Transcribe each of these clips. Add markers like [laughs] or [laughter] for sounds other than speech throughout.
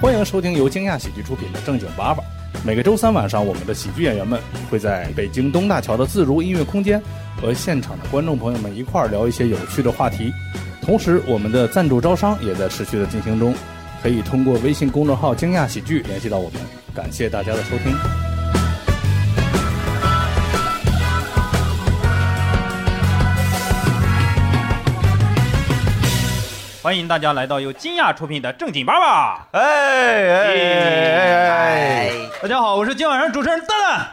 欢迎收听由惊讶喜剧出品的《正经八百》。每个周三晚上，我们的喜剧演员们会在北京东大桥的自如音乐空间和现场的观众朋友们一块儿聊一些有趣的话题。同时，我们的赞助招商也在持续的进行中，可以通过微信公众号“惊讶喜剧”联系到我们。感谢大家的收听。欢迎大家来到由金亚出品的正经爸爸。哎哎哎哎哎！大家好，我是今晚上主持人蛋蛋。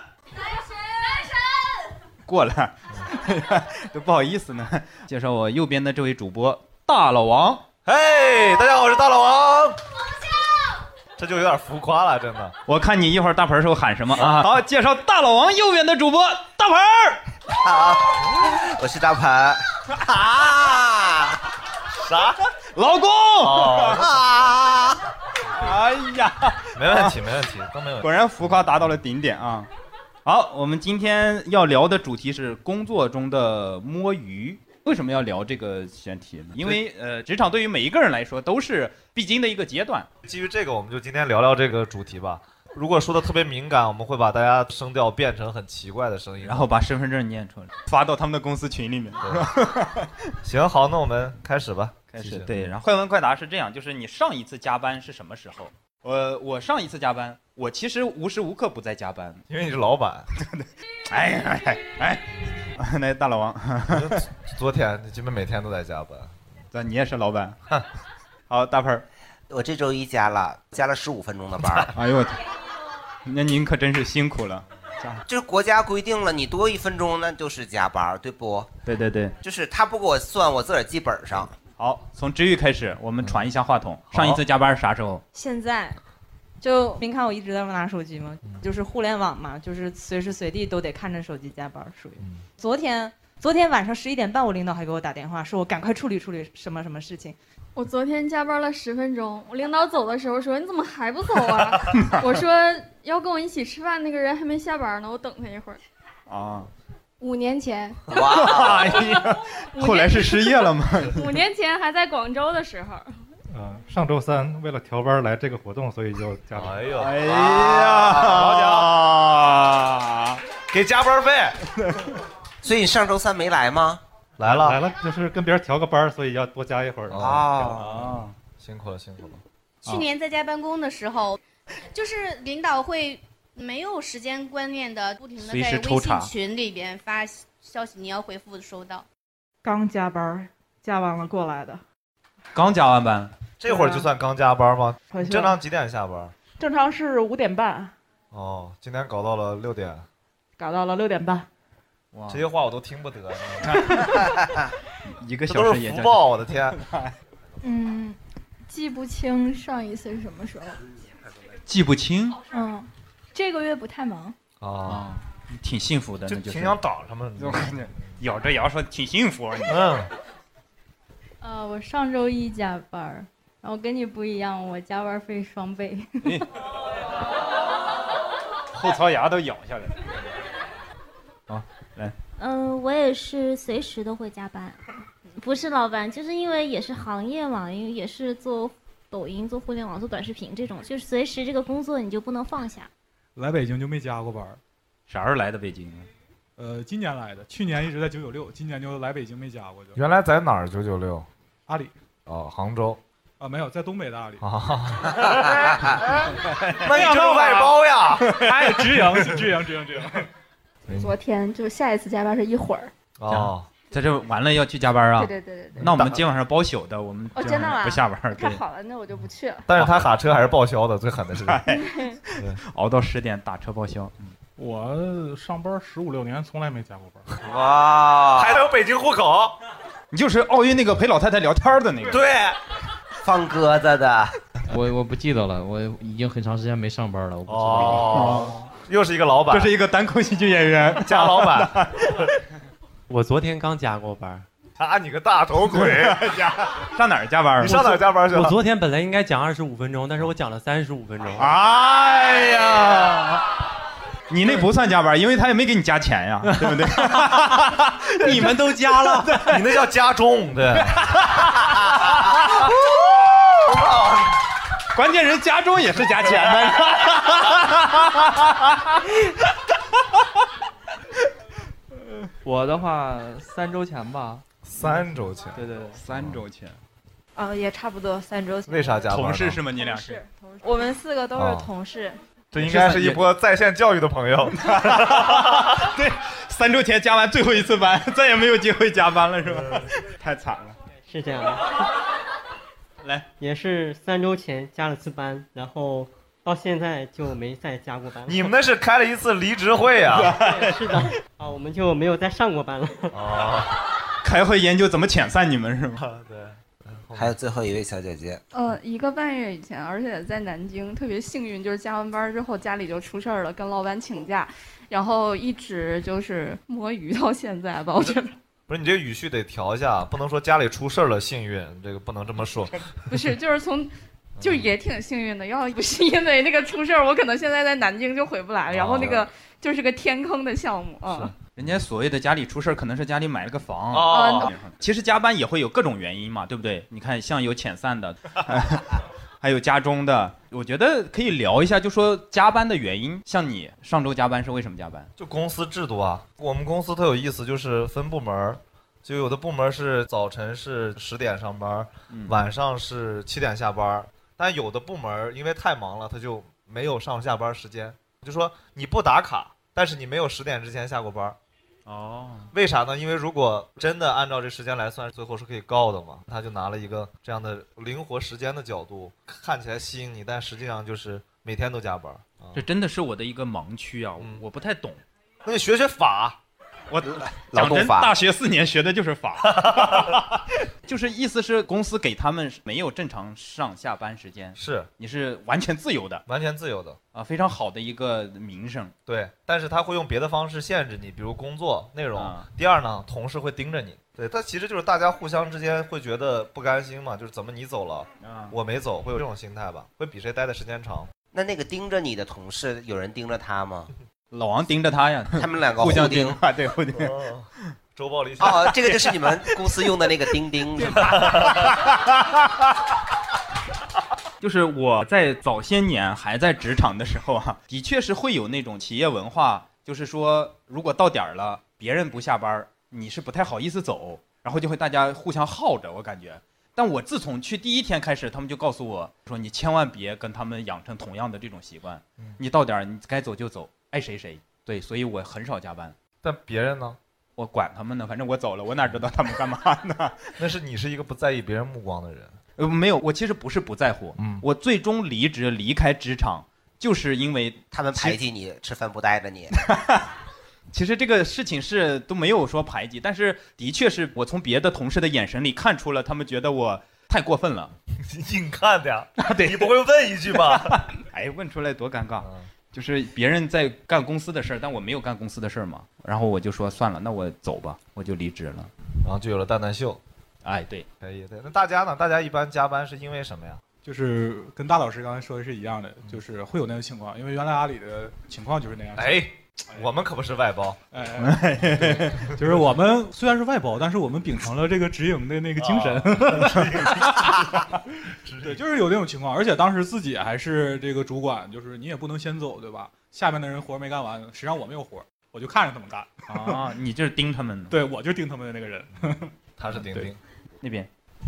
过来，都 [laughs] 不好意思呢。介绍我右边的这位主播大老王。哎嘿，大家好，我是大老王。这就有点浮夸了，真的。我看你一会儿大盆儿时候喊什么啊？好，介绍大老王右边的主播大盆儿。好，我是大盆儿。啊！啥？老公。啊！哎呀，没问题，没问题，都没问题。啊果然浮夸达到了顶点啊！好，我们今天要聊的主题是工作中的摸鱼。为什么要聊这个选题呢？因为呃，职场对于每一个人来说都是必经的一个阶段。基于这个，我们就今天聊聊这个主题吧。如果说的特别敏感，我们会把大家声调变成很奇怪的声音，然后把身份证念出来，发到他们的公司群里面。行，好，那我们开始吧。开继续始对，然后快问快答是这样，就是你上一次加班是什么时候？呃，我上一次加班，我其实无时无刻不在加班。因为你是老板。 [laughs] 哎呀哎哎，哎那大老王，昨天你基本每天都在加班。 [laughs] 那你也是老板。好，大盆儿，我这周一加了，加了十五分钟的班 [laughs] 儿哎呦我天，那您可真是辛苦了。就是国家规定了，你多一分钟那就是加班儿，对不？对对对，就是他不给我算，我自个儿记本儿上。好，从知遇开始，我嗯们传一下话筒。上一次加班是啥时 [laughs] 候？现在，就您看我一直在拿手机吗？就是互联网嘛，就是随时随地都得看着手机加班儿，属于。昨天昨天晚上十一点半，我领导还给我打电话，说我赶快处理处理什么什么事情。我昨天加班了十分钟，我领导走的时候说：“你怎么还不走啊？” [laughs] 我说：“要跟我一起吃饭那个人还没下班呢，我等他一会儿。啊，”五年前，哇！哎呀，五后来年是失业了吗？ [laughs] [laughs] 五年前还在广州的时候，啊，上周三为了调班来这个活动，所以就加班。哎呦，哎呀，给加班费 [laughs] 所以你上周三没来吗？来来了，哦了，就是跟别人调个班，所以要多加一会儿。啊，啊，辛苦了，辛苦了。去年在家办公的时候，就是领导会没有时间观念的，不停的随在时微抽查信群里边发消息，你要回复收到。刚加班儿，加完了过来的。 [laughs] 刚加完班，这会儿就算刚加班吗？回去正了常几点下班？正常是五点半，哦，今天搞到了六点，搞到了六点半。哇这些话我都听不得，一个这小都时是也福就报，我的天！嗯，记不清上一次是什么时候。 [laughs] 记不清嗯，这个月不太忙。啊，啊，挺幸福的，就那就是挺想找他们。 [laughs] 咬着牙说挺幸福。啊你嗯，呃，我上周一加班儿，然后跟你不一样，我加班费双倍。哎 [laughs] 后槽牙都咬下来了。嗯，我也是随时都会加班，不是老板，就是因为也是行业嘛，因为也是做抖音、做互联网、做短视频这种，就是随时这个工作你就不能放下。来北京就没加过班儿，啥时候来的北京？啊呃，今年来的，去年一直在九九六，今年就来北京没加过就原来在哪儿？九九六阿里哦，杭州啊，没有在东北的阿 [laughs] 里，啊，那你这是外包呀？哎，直营直营直营直营，嗯昨天就下一次加班是一会儿。哦，在这完了要去加班啊？对对对对那我们今晚上包宿的，我们哦今晚真的上吗不下班，对，好了，那我就不去了。但是他卡车还是报销的，最狠的 [laughs] 是这个 [laughs] 哎熬到十点打车报销。嗯我上班十五六年从来没加过班儿，哇！还得有北京户口。你就是奥运那个陪老太太聊天的那个。对，放鸽子的，我我不记得了，我已经很长时间没上班了，我不知道。哦，又是一个老这板，是一 [laughs] 个单口喜剧演员，家老板，我昨天刚加过班，打啊你个大头鬼！上哪儿加班？你上哪儿加班去啊我了？昨天本来应该讲二十五分钟，但是我讲了三十五分钟。哎呀，你那不算加班，因为他也没给你加钱 [laughs] 呀，对不对？你们都加 [laughs] 了，你那叫加钟，对，关键人家中也是加 [laughs] 钱的，是吧我的话三周前吧，三周嗯前，对对对，三周前，啊，呃也差不多三周前。为啥加班呢同事是吗？你俩是是？同事我们四个都是哦同事。这应该是一波在线教育的朋友。三周前加完最后一次班， [laughs] 再也没有机会加班了，是嗯吧？太惨了。是这样的，来，也是三周前加了次班，然后到现在就没再加过班了。你 [laughs] 们那是开了一次离职会啊？对是的，啊，我们就没有再上过班了。哦，啊开会研究怎么遣散你们是吗？对。 [laughs] 还有最后一位小姐姐，呃，一个半月以前，而且在南京特别幸运，就是加完班之后家里就出事儿了，跟老板请假，然后一直就是摸鱼到现在吧，我觉得不是你这个语序得调一下，不能说家里出事儿了幸运，这个不能这么说。不是，就是从。就也挺幸运的，要不是因为那个出事儿，我可能现在在南京就回不来了。然后那个就是个天坑的项目啊，人家所谓的家里出事儿，可能是家里买了个房。哦其实加班也会有各种原因嘛，对不对？你看，像有遣散的， [laughs] 还有家中的，我觉得可以聊一下，就说加班的原因。像你上周加班是为什么加班？就公司制度啊，我们公司特有意思，就是分部门儿，就有的部门是早晨是十点上班儿，嗯晚上是七点下班儿，但有的部门儿因为太忙了，他就没有上下班时间，就说你不打卡，但是你没有十点之前下过班儿。哦，为啥呢？因为如果真的按照这时间来算，最后是可以告的嘛。他就拿了一个这样的灵活时间的角度，看起来吸引你，但实际上就是每天都加班儿。啊嗯这真的是我的一个盲区啊，我不太懂。那你学学法，我劳讲动真，法大学四年学的就是法，就是意思是公司给他们是没有正常上下班时间，是你是完全自由的，完全自由的啊，非常好的一个名声。对，但是他会用别的方式限制你，比如工作内容。啊第二呢，同事会盯着你。对，他其实就是大家互相之间会觉得不甘心嘛，就是怎么你走了，啊我没走，会有这种心态吧？会比谁待的时间长。那那个盯着你的同事，有人盯着他吗？老王盯着他呀，他们两个 [laughs] 互相盯盯啊，对互盯。哦周报里哦，这个就是你们公司用的那个钉钉是吧？ [laughs] 就是我在早些年还在职场的时候啊， [laughs] 的确是会有那种企业文化，就是说如果到点儿了，别人不下班儿，你是不太好意思走，然后就会大家互相耗着，我感觉。但我自从去第一天开始，他们就告诉我说，你千万别跟他们养成同样的这种习惯，嗯你到点儿你该走就走，爱谁谁。对，所以我很少加班。但别人呢？我管他们呢，反正我走了，我哪知道他们干嘛呢？ [laughs] 那是你是一个不在意别人目光的人。呃，没有，我其实不是不在乎，嗯我最终离职离开职场，就是因为他们排挤你，吃饭不带着你。 [laughs] 其实这个事情是都没有说排挤，但是的确是我从别的同事的眼神里看出了，他们觉得我太过分了。 [laughs] 硬看的呀， [laughs] 你不会问一句吧？嗯哎，问出来多尴尬。就是别人在干公司的事儿，但我没有干公司的事儿嘛。然后我就说算了，那我走吧，我就离职了。然后就有了蛋蛋秀。哎，对，可以对。那大家呢？大家一般加班是因为什么呀？就是跟大老师刚才说的是一样的，就是会有那种情况，因为原来阿里的情况就是那样。哎，我们可不是外包。哎， [laughs] 就是我们虽然是外包，但是我们秉承了这个直营的那个精神。啊 [laughs] 对，就是有这种情况，而且当时自己还是这个主管，就是你也不能先走，对吧？下面的人活儿没干完，谁让我没有活儿，我就看着他们干。啊，你就是盯他们呢。对，我就盯他们的那个人。[laughs] 他是盯盯那边。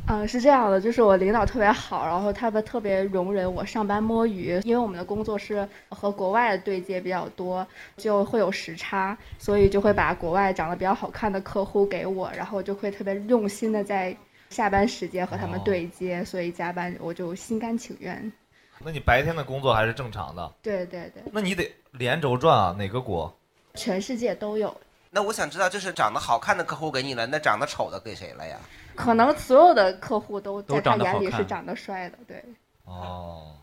嗯、是这样的，就是我领导特别好，然后他们特别容忍我上班摸鱼，因为我们的工作是和国外的对接比较多，就会有时差，所以就会把国外长得比较好看的客户给我，然后就会特别用心的在下班时间和他哦们对接，所以加班我就心甘情愿。 [laughs] 那你白天的工作还是正常的？对对对，那你得连轴转啊，哪个国？全世界都有，那我想知道，就是长得好看的客户给你了，那长得丑的给谁了呀？可能所有的客户都都在他长得好眼里是看长得帅的，对。哦，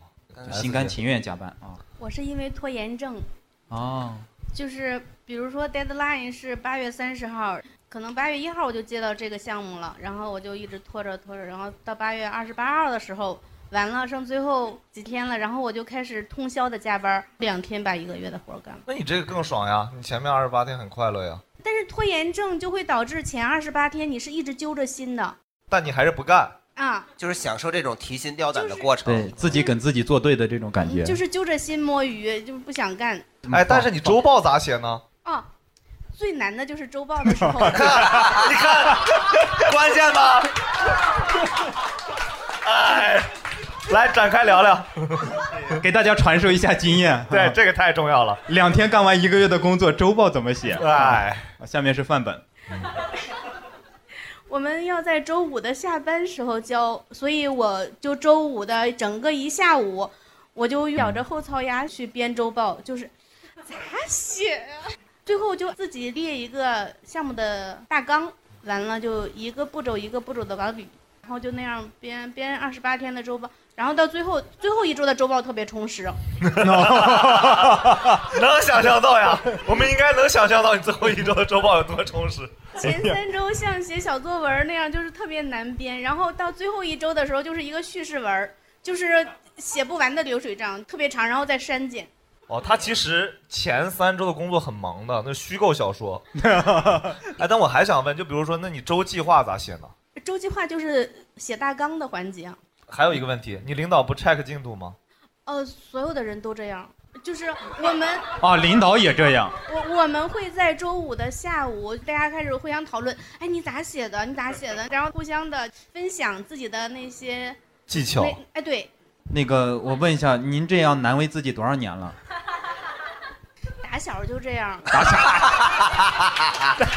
心甘情愿加班啊我是因为拖延症，哦啊！就是比如说 deadline 是八月三十号，可能八月一号我就接到这个项目了，然后我就一直拖着拖着，然后到八月二十八号的时候，完了剩最后几天了，然后我就开始通宵的加班儿，两天把一个月的活儿干了。那你这个更爽呀！你前面二十八天很快乐呀，但是拖延症就会导致前二十八天你是一直揪着心的，但你还是不干，啊，就是享受这种提心吊胆的过程。对自己跟自己作对的这种感觉。就是揪着心摸鱼，就是不想干。嗯哎，但是你周报咋写呢？哦，最难的就是周报 [laughs] 的时候。你看，关键吧。哎，来展开聊 [laughs] 聊，给大家传授一下经验。啊 [laughs] 对，这个太重要 [laughs] 了。 [laughs] 两天干完一个月的工作，周报怎么写？啊哎，下面是范本。我们要在周五的下班时候交，所以我就周五的整个一下午，我就咬着后槽牙去编周报，就是 [laughs] 咋写呀、最后就自己列一个项目的大纲，完了就一个步骤一个步骤的往里，然后就那样编编二十八天的周报，然后到最后最后一周的周报特别充实，能想象到呀？我们应该能想象到你最后一周的周报有多充实。前三周像写小作文那样，就是特别难编，然后到最后一周的时候，就是一个叙事文儿，就是写不完的流水账，特别长，然后再删减。哦，他其实前三周的工作很忙的，那是虚构小 [laughs] 说。哎，但我还想问，就比如说，那你周计划咋写呢？周计划就是写大纲的环节啊，还有一个问题，你领导不 check 进度吗？呃，所有的人都这样，就是我们啊，领导也这样。我我们会在周五的下午，大家开始互相讨论，哎，你咋写的？你咋写的？然后互相的分享自己的那些技巧那哎，对，那个，我问一下，您这样难为自己多少年了？打小就这样。打 [laughs] [laughs] 小。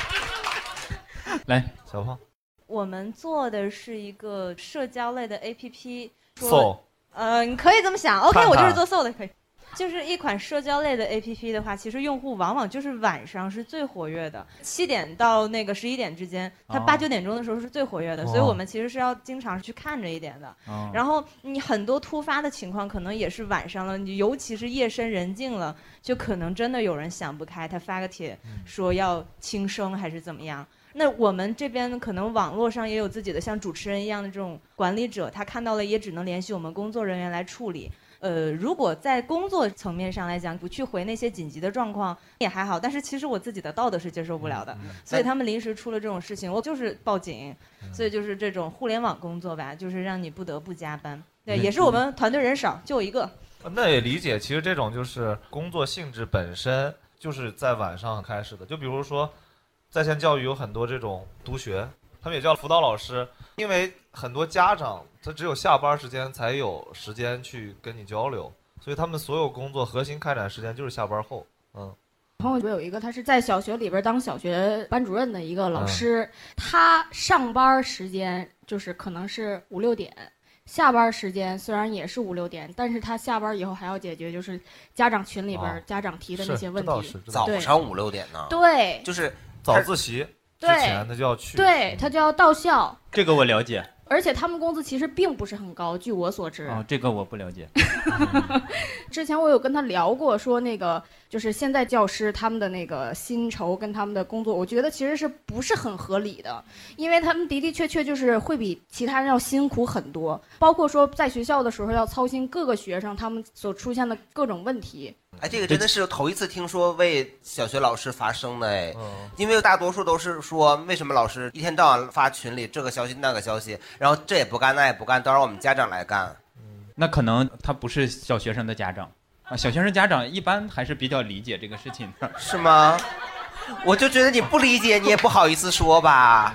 来，小胖，我们做的是一个社交类的 APP，说 Soul 呃，你可以这么想，OK，看看我就是做 SO 的，可以。就是一款社交类的 APP 的话，其实用户往往就是晚上是最活跃的，七点到那个十一点之间，它哦八九点钟的时候是最活跃的，哦所以我们其实是要经常去看着一点的。哦然后你很多突发的情况可能也是晚上了，你尤其是夜深人静了，就可能真的有人想不开，他发个帖说要轻生还是怎么样。那我们这边可能网络上也有自己的像主持人一样的这种管理者，他看到了也只能联系我们工作人员来处理。呃，如果在工作层面上来讲，不去回那些紧急的状况也还好，但是其实我自己的道德是接受不了的，所以他们临时出了这种事情，我就是报警，所以就是这种互联网工作吧，就是让你不得不加班。对，嗯也是我们团队人少，就我一个。啊那也理解，其实这种就是工作性质本身就是在晚上开始的。就比如说，在线教育有很多这种督学，他们也叫辅导老师，因为很多家长他只有下班时间才有时间去跟你交流，所以他们所有工作核心开展时间就是下班后。嗯，朋友里边有一个，他是在小学里边当小学班主任的一个老师，他上班时间就是可能是五六点，下班时间虽然也是五六点，但是他下班以后还要解决就是家长群里边哦家长提的那些问题，早对上五六点呢？对就是早自习之对前他就要去对他就要到校，这个我了解而且他们工资其实并不是很高，据我所知，啊、这个我不了解。之前我有跟他聊过，说那个就是现在教师他们的那个薪酬跟他们的工作，我觉得其实是不是很合理的，因为他们的的确确就是会比其他人要辛苦很多，包括说在学校的时候要操心各个学生他们所出现的各种问题。嗯哎，这个真的是头一次听说为小学老师发声的哎，嗯因为大多数都是说为什么老师一天到晚发群里这个消息那个消息，然后这也不干那也不干，都让我们家长来干。那可能他不是小学生的家长啊，小学生家长一般还是比较理解这个事情的， [laughs] 是吗？我就觉得你不理 [laughs] [laughs] 解，你也不好意思说吧。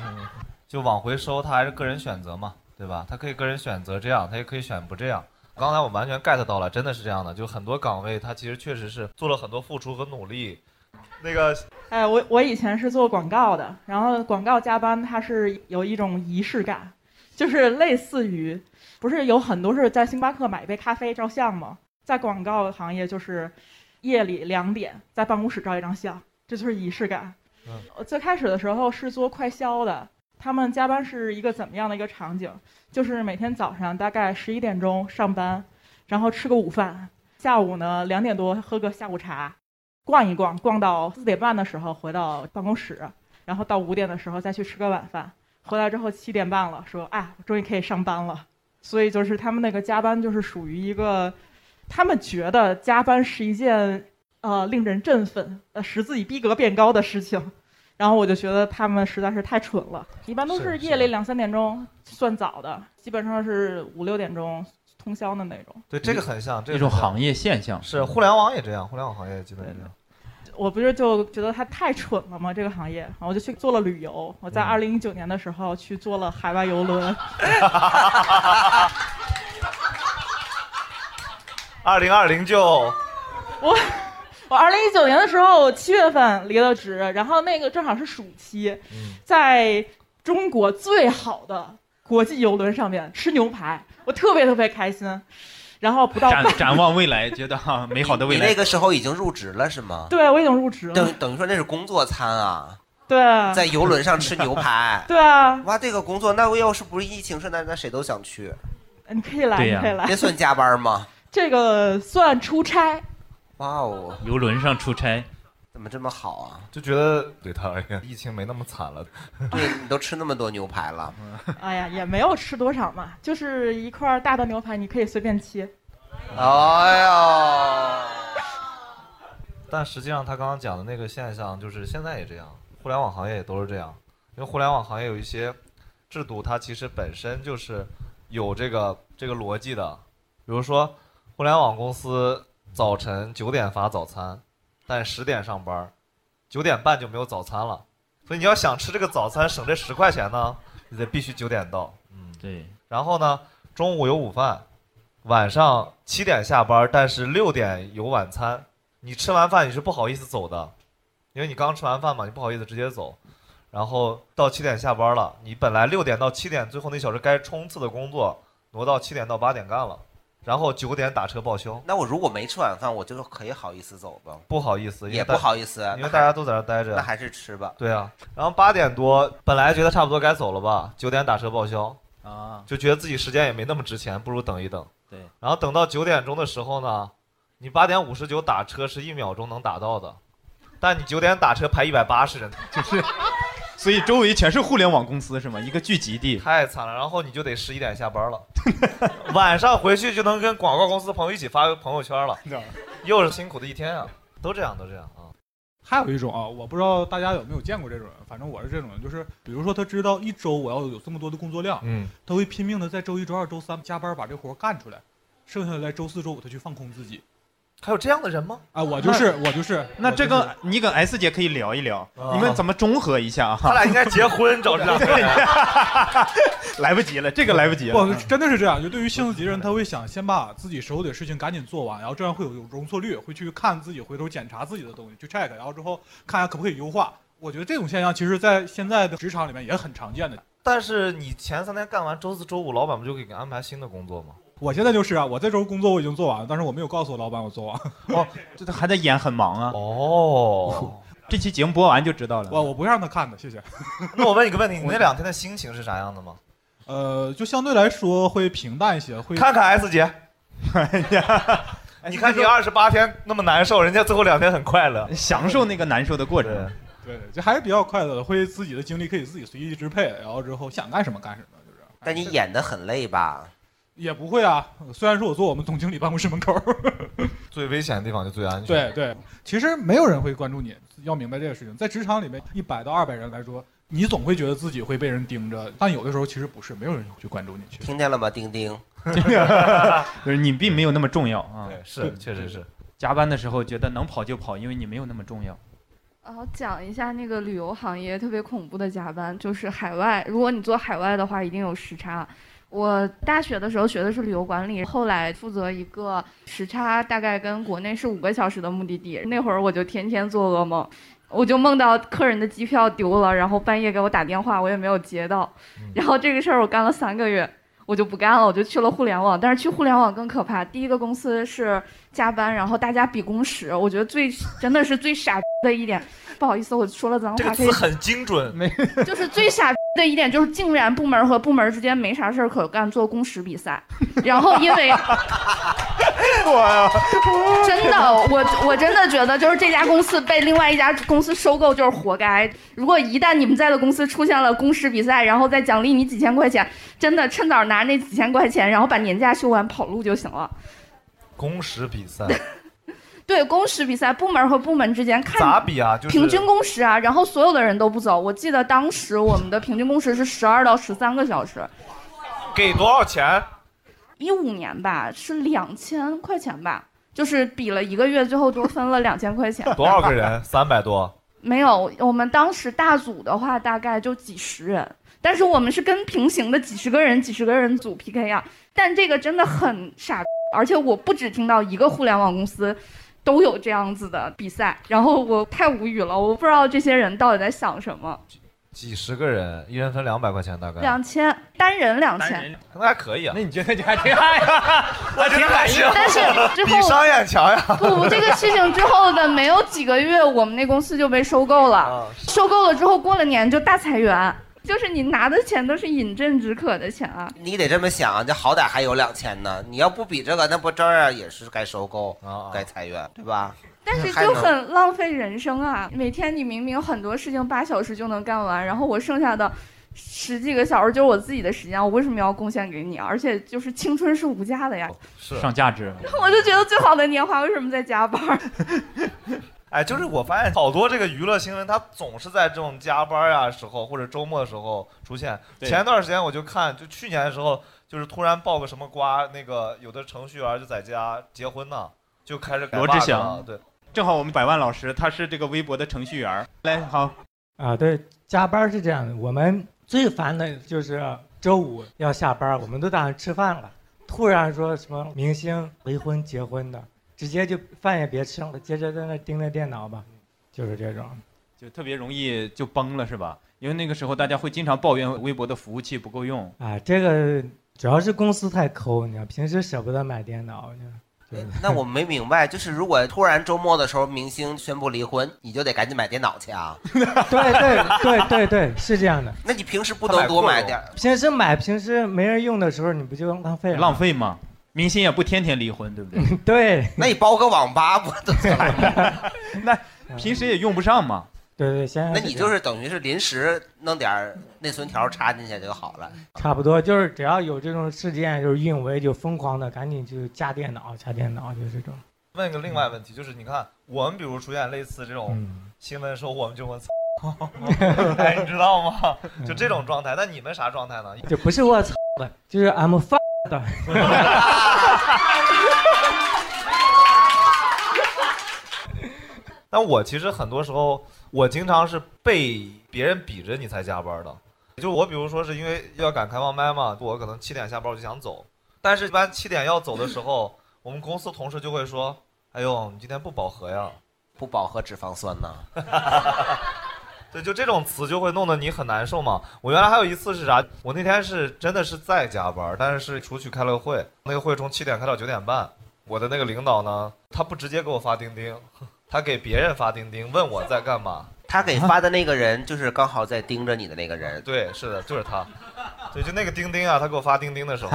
就往回收，他还是个人选择嘛，对吧？他可以个人选择这样，他也可以选不这样。刚才我完全 get 到了，真的是这样的，就很多岗位他其实确实是做了很多付出和努力。[laughs] 那个 [laughs] 哎，我我以前是做广告的，然后广告加班它是有一种仪式感，就是类似于，不是有很多是在星巴克买一杯咖啡照相吗？在广告行业就是夜里两点在办公室照一张相，这就是仪式感。我呃最开始的时候是做快销的，他们加班是一个怎么样的一个场景？就是每天早上大概十一点钟上班，然后吃个午饭，下午呢两点多喝个下午茶，逛一逛，逛到四点半的时候回到办公室，然后到五点的时候再去吃个晚饭，回来之后七点半了，说哎，我终于可以上班了。所以就是他们那个加班就是属于一个，他们觉得加班是一件呃令人振奋、呃使自己逼格变高的事情。然后我就觉得他们实在是太蠢了，一般都是是夜里两三点钟算早的，基本上是五六点钟通宵的那种。对，这个很像，这个一种很像行业现象是互联网也这样，互联网行业基本也这样。我不是就觉得它太蠢了吗？这个行业，然后我就去做了旅游。我在二零一九年的时候去做了海外游 [laughs] 轮，二零二零就我我二零一九年的时候，我七月份离了职，然后那个正好是暑期，在中国最好的国际游轮上面吃牛排，我特别特别开心。然后不到展半展望未来， [laughs] 觉得哈啊美好的未你来。啊那个时候已经入职了是吗？对我已经入职了，等等于说那是工作餐啊，对，。在游轮上吃牛排 [laughs] 对啊，哇，这个工作那要是不是疫情是那那谁都想去。你可以来，你可以来。这算加班吗？这个算出差， [laughs] 哇哦，游轮上出差，怎么这么好啊？就觉得对他而言，疫情没那么惨了。对你都吃那么多牛排 [laughs] 了，哎呀，也没有吃多少嘛，就是一块大的牛排，你可以随便切。哎呀！但实际上，他刚刚讲的那个现象，就是现在也这样，互联网行业也都是这样。因为互联网行业有一些制度，它其实本身就是有这个这个逻辑的。比如说，互联网公司早晨九点发早餐，但十点上班，九点半就没有早餐了。所以你要想吃这个早餐，省这十块钱呢，你得必须九点到。对，然后呢，中午有午饭，晚上七点下班，但是六点有晚餐。你吃完饭你是不好意思走的，因为你刚吃完饭嘛，你不好意思直接走。然后到七点下班了，你本来六点到七点最后那小时该冲刺的工作挪到七点到八点干了，然后九点打车报销。那我如果没吃晚饭，我就可以好意思走吧？不好意思，因为也大不好意思，啊因为大家都在这儿待着那还是吃吧。对啊，然后八点多本来觉得差不多该走了吧，九点打车报销啊，就觉得自己时间也没那么值钱，不如等一等。对，然后等到九点钟的时候呢，你八点五十九打车是一秒钟能打到的，但你九点打车排一百八十人， [laughs] 就是，所以周围全是互联网公司是吗？一个聚集地。太惨了。然后你就得十一点下班了， [laughs] 晚上回去就能跟广告公司朋友一起发朋友圈了，又是辛苦的一天啊，都这样，都这样啊。还有一种啊，我不知道大家有没有见过这种人，反正我是这种人，就是比如说他知道一周我要有这么多的工作量，嗯，他会拼命的在周一、周二、周三加班把这活干出来，剩下的来周四周五他去放空自己。还有这样的人吗？啊，我就是我就是。那这我就个是你跟 S 姐可以聊一聊，啊你们怎么综合一下 [laughs] 啊？他俩应该结婚找 [laughs] 这两个人来不及了，这个来不及不了。，嗯真的是这样。就对于性子急的人，他会想先把自己手里的事情赶紧做完，然后这样会有容错率，会去看自己，回头检查自己的东西，去 check，然后之后看一下可不可以优化。我觉得这种现象其实，在现在的职场里面也很常见的。但是你前三天干完，周四周五老板不就给你安排新的工作吗？我现在就是啊，我这周工作我已经做完了，但是我没有告诉我老板我做完。 [laughs] 哦，这还在演很忙啊。哦， [laughs] 这期节目播完就知道了。我我不会让他看的，谢谢。 [laughs] 那我问你个问 [laughs] 题，你那两天的心情是啥样的吗？呃，就相对来说会平淡一些，会看看 [laughs] S 姐，哎 [laughs] 你看你二十八天那么难受，人家最后两天很快乐，享受那个难受的过程。对，就还是比较快乐的，会自己的精力可以自己随意支配，然后之后想干什么干什么，就是但你演的很累吧？也不会啊。虽然说我坐我们总经理办公室门口， [laughs] 最危险的地方就最安全。对对，其实没有人会关注你，要明白这个事情，在职场里面一百到二百人来说，你总会觉得自己会被人盯着，但有的时候其实不是，没有人去关注你去。听见了吗，丁 [laughs] 丁？ [laughs] 就是你并没有那么重要啊。对是确实是。加班的时候觉得能跑就跑，因为你没有那么 [laughs] 重要。然后讲一下那个旅游行业特别恐怖的加班，就是海外，如果你做海外的话，一定有时差。我大学的时候学的是旅游管理，后来负责一个时差大概跟国内是五个小时的目的地。那会儿我就天天做噩梦，我就梦到客人的机票丢了，然后半夜给我打电话，我也没有接到。嗯然后这个事儿我干了三个月，我就不干了，我就去了互联网。但是去互联网更可怕，第一个公司是加班，然后大家比工时，我觉得最真的是最傻逼的一点。不好意思，我说了脏这话，个可以词很精准， [laughs] 没就是最傻逼的一点就是，竟然部门和部门之间没啥事儿可干，做工时比赛。然后因为我真的，我我真的觉得就是这家公司被另外一家公司收购就是活该。如果一旦你们在的公司出现了工时比赛，然后再奖励你几千块钱，真的趁早拿那几千块钱，然后把年假休完跑路就行了。工时比赛，对工时比赛，部门和部门之间看咋比啊？就是平均工时啊，然后所有的人都不走。我记得当时我们的平均工时是十二到十三个小时，给多少钱？一五年吧是两千块钱吧，就是比了一个月，最后多分了两千块钱。 [laughs] 多少个？人？三百多。没有，我们当时大组的话大概就几十人，但是我们是跟平行的几十个人、几十个人组 PK 啊。但这个真的很傻，而且我不只听到一个互联网公司都有这样子的比赛，然后我太无语了，我不知道这些人到底在想什么。几十个人，一人分两百块钱，大概。两千单人两千，那还可以啊。那你觉得你还挺嗨哎呀？ [laughs] 我挺满意。但 [laughs] 是之 [laughs] 后比商演强呀。不，这个事情之后的没有几个月，我们那公司就被收购了。收购了之后，过了年就大裁员，就是你拿的钱都是饮鸩止渴的钱啊。你得这么想，这好歹还有两千呢。你要不比这个，那不照样也是该收购、啊该裁员，对吧？但是还就能很浪费人生啊！每天你明明很多事情八小时就能干完，然后我剩下的十几个小时就是我自己的时间，我为什么要贡献给你啊？而且就是青春是无价的呀！上价值。 [laughs] 我就觉得最好的年华为什么在加班儿？哎，就是我发现好多这个娱乐新闻，它总是在这种加班啊时候或者周末的时候出现。对前段时间我就看，就去年的时候，就是突然爆个什么瓜，那个有的程序员就在家结婚呢，就开始改罗志 bug 祥了，对，正好我们百万老师他是这个微博的程序员儿，来好，啊，对，加班是这样的，我们最烦的就是周五要下班，我们都打算吃饭了，突然说什么明星离婚结婚的，直接就饭也别吃了，接着在那盯着电脑吧，就是这种。就特别容易就崩了是吧？因为那个时候大家会经常抱怨微博的服务器不够用，啊，这个主要是公司太抠，你知道，平时舍不得买电脑。 [laughs] 就是那我没明白，就是如果突然周末的时候明星宣布离婚，你就得赶紧买电脑去啊？对对对对对，是这样的。那你平时不能多买点儿？平时买，平时没人用的时候，你不就浪费了？浪费嘛。明星也不天天离婚，对不对？ [laughs] 对， [laughs] 那你包个网吧不都？ [laughs] 平时也用不上嘛。对对，现在那你就是等于是临时弄点儿内存条插进去就好了。差不多，就是只要有这种事件，就是运维就疯狂的赶紧就加电脑，加电脑，就这种。问一个另外问题，就是你看，我们比如出现类似这种新闻的时候，我们就问， [laughs] 哎，你知道吗？就这种状态。那你们啥状态呢？就不是我操的，就是 I'm f 的。 [laughs] 那我其实很多时候，我经常是被别人比着你才加班的。就我比如说是因为要赶开放麦嘛，我可能七点下班我就想走，但是一般七点要走的时候，我们公司同事就会说：“哎呦，你今天不饱和呀？不饱和脂肪酸呐。” [laughs] 对，就这种词就会弄得你很难受嘛。我原来还有一次是啥？我那天是真的是在加班，但是是出去开了个会，那个会从七点开到九点半。我的那个领导呢，他不直接给我发钉钉，他给别人发钉钉，问我在干嘛。他给发的那个人就是刚好在盯着你的那个人。对，是的，就是他。对，就那个钉钉啊，他给我发钉钉的时候，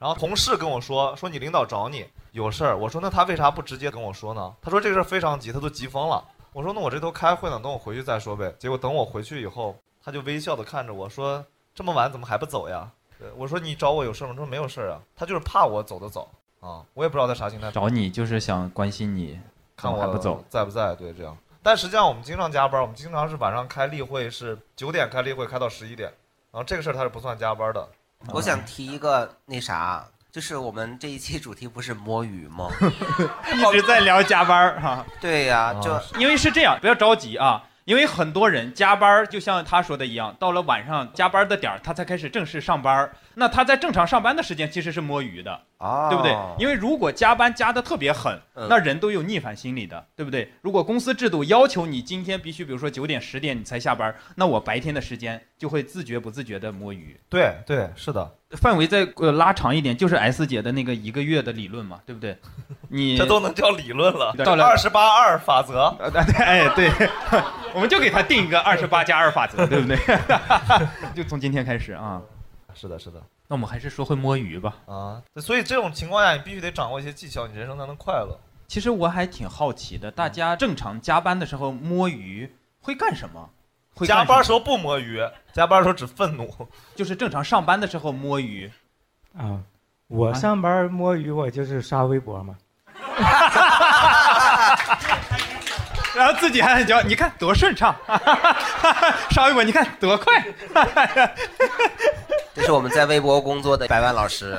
然后同事跟我说，说你领导找你有事儿。我说那他为啥不直接跟我说呢？他说这事儿非常急，他都急疯了。我说那我这都开会呢，等我回去再说呗。结果等我回去以后，他就微笑的看着我说，这么晚怎么还不走呀？对我说你找我有事儿吗？他说没有事儿啊，他就是怕我走的早啊。我也不知道他啥心态。找你就是想关心你，看怎我么还不走，在不在？对，这样。但实际上我们经常加班，我们经常是晚上开例会，是九点开例会，开到十一点。然后这个事儿他是不算加班的。我想提一个那啥，就是我们这一期主题不是摸鱼吗？一直在聊加班儿哈。对呀、啊啊就因哦为是这样，不要着急啊。因为很多人加班儿，就像他说的一样，到了晚上加班儿的点儿，他才开始正式上班儿。那他在正常上班的时间其实是摸鱼的，哦啊对不对？因为如果加班加的特别狠，嗯那人都有逆反心理的，对不对？如果公司制度要求你今天必须，比如说九点、十点你才下班儿，那我白天的时间就会自觉不自觉的摸鱼。对对，是的。范围再呃拉长一点，就是 S 姐的那个一个月的理论嘛，对不对？你 [laughs] 这都能叫理论了。到了二十八二法则，哎对， [laughs] 我们就给他定一个二十八加二法则，对不对？ [laughs] 就从今天开始啊。是的，是的。那我们还是说会摸鱼吧。啊，所以这种情况下，你必须得掌握一些技巧，你人生才能快乐。其实我还挺好奇的，大家正常加班的时候摸鱼会干什么？会加班时时候不摸鱼，加班时候只愤怒，就是正常上班的时候摸鱼。啊，我上班摸鱼，我就是刷微博嘛。然后自己还很骄傲，你看多顺畅， [laughs] 烧一滚，你看多快，这是我们在微博工作的百万老师。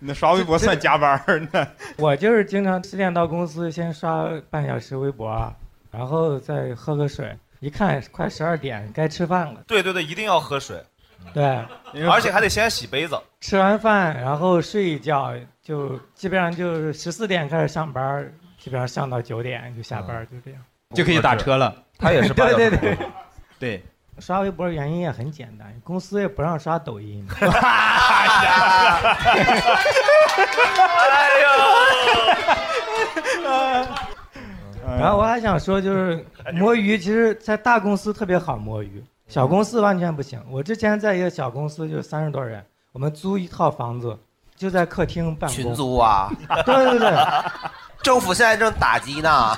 那 [laughs] 刷微博算加班儿呢？我就是经常十点到公司，先刷半小时微博，然后再喝个水，一看快十二点，该吃饭了。对对对，一定要喝水，对，而且还得先洗杯子。吃完饭，然后睡一觉，就基本上就是十四点开始上班，基本上上到九点就下班，就这样。就可以打车 [laughs] 了。嗯他 [laughs] 也是对 [laughs] 对对对。刷微博原因也很简单，公司也不让刷抖音。啊哎呦！然后我还想说，就是摸鱼，其实，在大公司特别好摸鱼，小公司完全不行。我之前在一个小公司，就三十多人，我们租一套房子，就在客厅办公。群租 [laughs] 啊！对对对， [laughs] 政府现在正打击呢。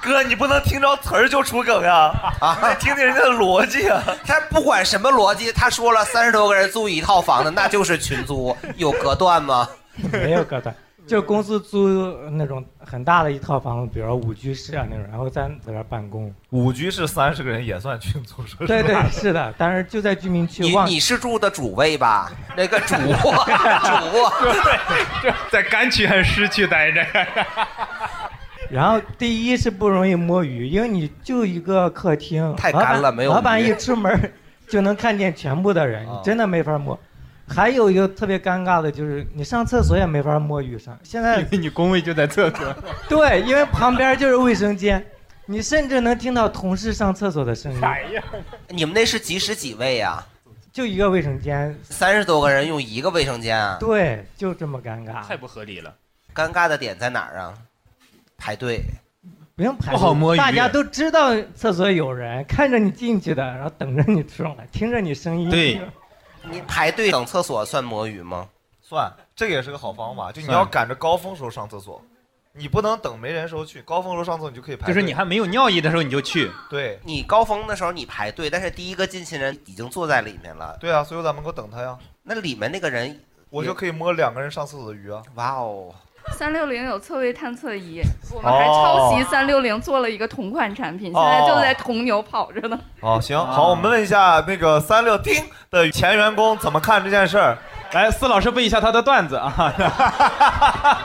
哥，你不能听着词儿就出梗啊！啊，听听人家的逻辑啊！他不管什么逻辑，他说了三十多个人租一套房 [laughs] 子，那就是群租，有隔断吗？没有隔断，就是公司租那种很大的一套房子，比如说五居室啊那种，然后在在那 [laughs] 办公。五居室三十个人也算群组，说实话对对，是的，但是就在居民区你忘。你是住的主卫吧？那个主卧，主卧。在干区还是湿区待着？ [laughs] 然后第一是不容易摸鱼，因为你就一个客厅，太老板干了没有老板鱼哦一 [laughs] 出门就能看见全部的人，你真的没法摸。还有一个特别尴尬的就是，你上厕所也没法摸鱼上。现在你工位就在厕所， [laughs] 对，因为旁边就是卫生间，你甚至能听到同事上厕所的声音。你们那是几室几卫呀、就一个卫生间，三十多个人用一个卫生间啊？对，就这么尴尬，太不合理了。尴尬的点在哪儿啊？排队。不用排不好队摸鱼大家都知道厕所有人，看着你进去的，然后等着你出来，听着你声音。对你排队等厕所算摸鱼吗？算，这个也是个好方法，就你算要赶着高峰时候上厕所，你不能等没人时候去，高峰时候上厕所你就可以排 [laughs] 队。就是你还没有尿意的时候你就去。对你高峰的时候你排队，但是第一个进去人已经坐在里面了。对啊，所以我在门口等他呀，那里面那个人，我就可以摸两个人上厕所的鱼啊。哇哦！ [laughs] 三六零有错位探测仪，我们还抄袭三六零做了一个同款产品，现在就在铜牛跑着呢。哦，行，好，我们问一下那个三六丁的前员工怎么看这件事儿。来，司老师背一下他的段子啊。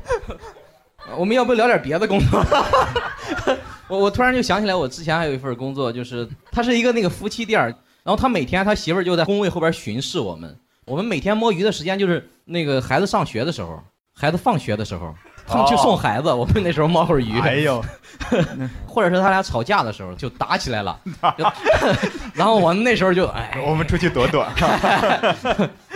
[laughs] 我们要不聊点别的工作？ [laughs] 我我突然就想起来，我之前还有一份工作，就是他是一个那个夫妻店儿，然后他每天他媳妇儿就在工位后边巡视我们，我们每天摸鱼的时间就是那个孩子上学的时候，孩子放学的时候，他们去送孩子，我们那时候摸会儿鱼。哦 [laughs] 哎呦，或者是他俩吵架的时候就打起 [laughs] 来了，就然后我们那时候就哎，我们出去躲躲。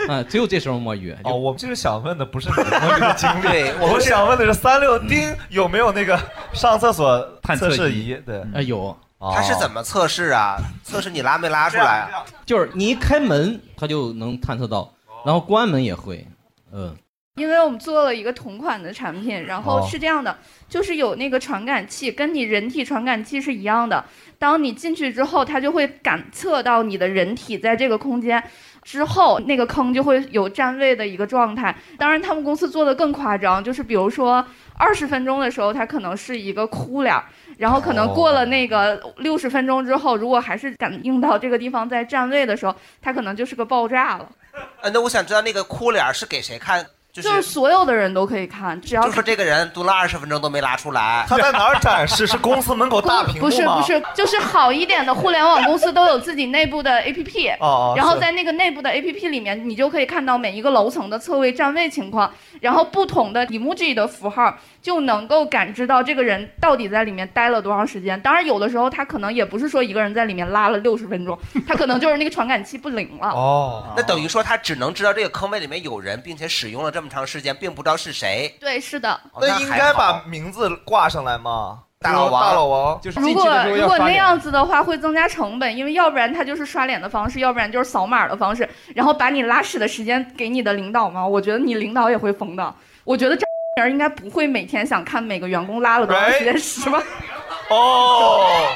嗯，只有这时候摸鱼。哦，我们就是想问的不是你的摸鱼的经历，啊对我我们是想问的是三六丁有没有那个上厕所探测仪测仪？对，哎有，呃他是怎么测试啊？测试你拉没拉出来啊？就是你一开门，它就能探测到，然后关门也会，嗯，因为我们做了一个同款的产品，然哦后是这样的，就是有那个传感器，跟你人体传感器是一样的。当你进去之后，它就会感测到你的人体在这个空间，之后那个坑就会有占位的一个状态。当然，他们公司做的更夸张，就是比如说二十分钟的时候，它可能是一个哭脸儿，然后可能过哦了那个六十分钟之后，如果还是感应到这个地方在占位的时候，它可能就是个爆炸了。啊，那我想知道那个哭脸是给谁看？就就是是所有的人都可以看，只要就说这个人蹲了二十分钟都没拉出来。他在哪儿 [laughs] 展示？是公司门口大屏幕不是吗不是，就是好一点的互联网公司都有自己内部的 APP， [laughs] 哦哦然后是在那个内部的 APP 里面，你就可以看到每一个楼层的侧位站位情况，然后不同的 emoji 的符号就能够感知到这个人到底在里面待了多长时间。当然，有的时候他可能也不是说一个人在里面拉了六十分钟，他可能就是那个传感器不灵了。哦，那等于说他只能知道这个坑位里面有人，并且使用了这么长时间，并不知道是谁。对，是的。哦那应该把哦名字挂上来吗？大老王大老王，就是如果如果那样子的话，会增加成本，因为要不然他就是刷脸的方式，要不然就是扫码的方式，然后把你拉屎的时间给你的领导嘛。我觉得你领导也会疯的。我觉得这 [laughs] 人应该不会每天想看每个员工拉了多长时间屎吧？哦，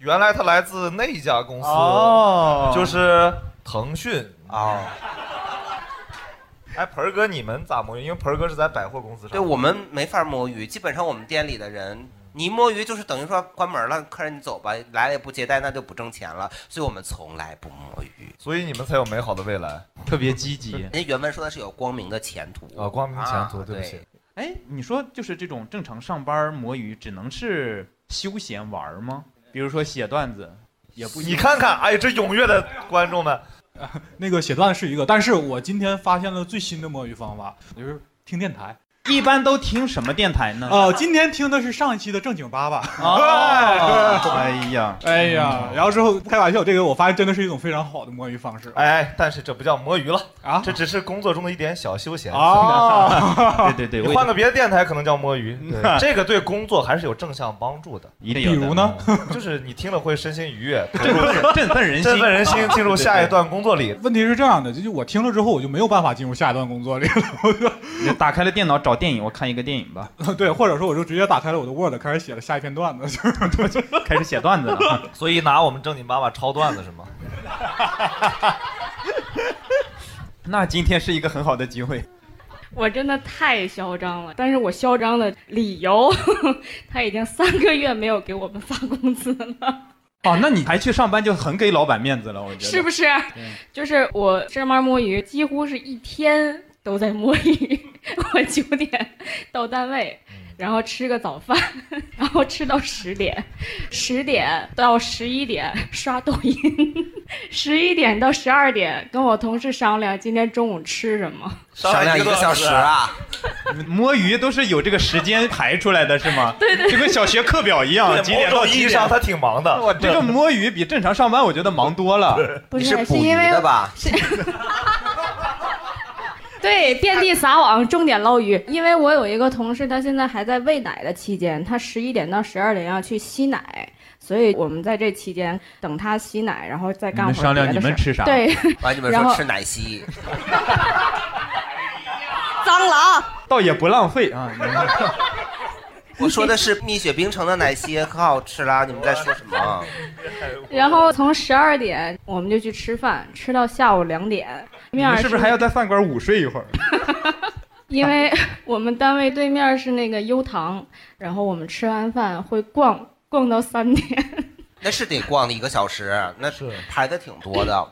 原来他来自那一家公司，哦就是腾讯啊。哎，盆儿哥，你们咋摸鱼？因为盆儿哥是在百货公司上班。对我们没法摸鱼，基本上我们店里的人，你一摸鱼就是等于说关门了，客人你走吧，来了也不接待，那就不挣钱了，所以我们从来不摸鱼，所以你们才有美好的未来，特别积极人。家原文说的是有光明的前途啊光明前途啊对对不起哎，你说就是这种正常上班摸鱼，只能是休闲玩儿吗？比如说写段子，也不你看看，哎，这踊跃的观众们， [laughs] 那个写段是一个，但是我今天发现了最新的摸鱼方法，就是听电台。一般都听什么电台呢？ [laughs] 呃，今天听的是上一期的正经八吧。 [laughs] 哦哎呀哎呀， [laughs] 嗯然后之后开玩笑，这个我发现真的是一种非常好的摸鱼方式。哎，但是这不叫摸鱼了啊，这只是工作中的一点小休闲。 [laughs] 哦 [laughs] 对对对你换个别的电台可能叫摸鱼，对 [laughs] 这个对工作还是有正向帮助的。一定有的比如呢？就是你听了会身心愉 [laughs] 悦，振奋振奋人心振奋人心， [laughs] 进入下一段工作里。问题是这样的，就就我听了之后，我就没有办法进入下一段工作里了。 [laughs] 我就你打开了电脑找电影，我看一个电影吧，对，或者说我就直接打开了我的 Word，开始写了下一篇段子， [laughs] 就是 [laughs] 开始写段子了。所以拿我们正经八百抄段子是吗？那今天是一个很好的机会。我真的太嚣张了，但是我嚣张的理由， [laughs] 他已经三个月没有给我们发工资了，哦，那你还去上班就很给老板面子了，我觉得是不？是？就是我上班摸鱼，几乎是一天都在摸鱼。 [laughs] 我九点到单位，嗯然后吃个早饭， [laughs] 然后吃到十点，十点到十一点刷抖音，十一点到十二点跟我同事商量今天中午吃什么。商量一个小时啊！摸鱼都是有这个时间排出来的，是吗？ [laughs] 对对就跟小学课表一样，对几点某到种几意义点上他挺忙的我这个摸鱼比正常上班，我觉得忙多了。不是你是捕是因为鱼的吧？ [laughs] 对，遍地撒网，重点捞鱼。因为我有一个同事，他现在还在喂奶的期间，他十一点到十二点要去吸奶，所以我们在这期间等他吸奶，然后再干你会们儿商量别你的们事吃 [laughs] 啥？对， [laughs] 然后 [laughs] 奶 [laughs] 昔，蟑螂。倒也不浪费啊。我说的是蜜雪冰城的奶昔可好吃啦！你们在说什么？然后从十二点我们就去吃饭，吃到下午两点。你面们儿是不是还要在饭馆午睡一会儿？因 [laughs] 为我们单位对面是那个优唐，然后我们吃完饭会逛逛到三点。那是得逛一个小时，那是排的挺多 [laughs] 的。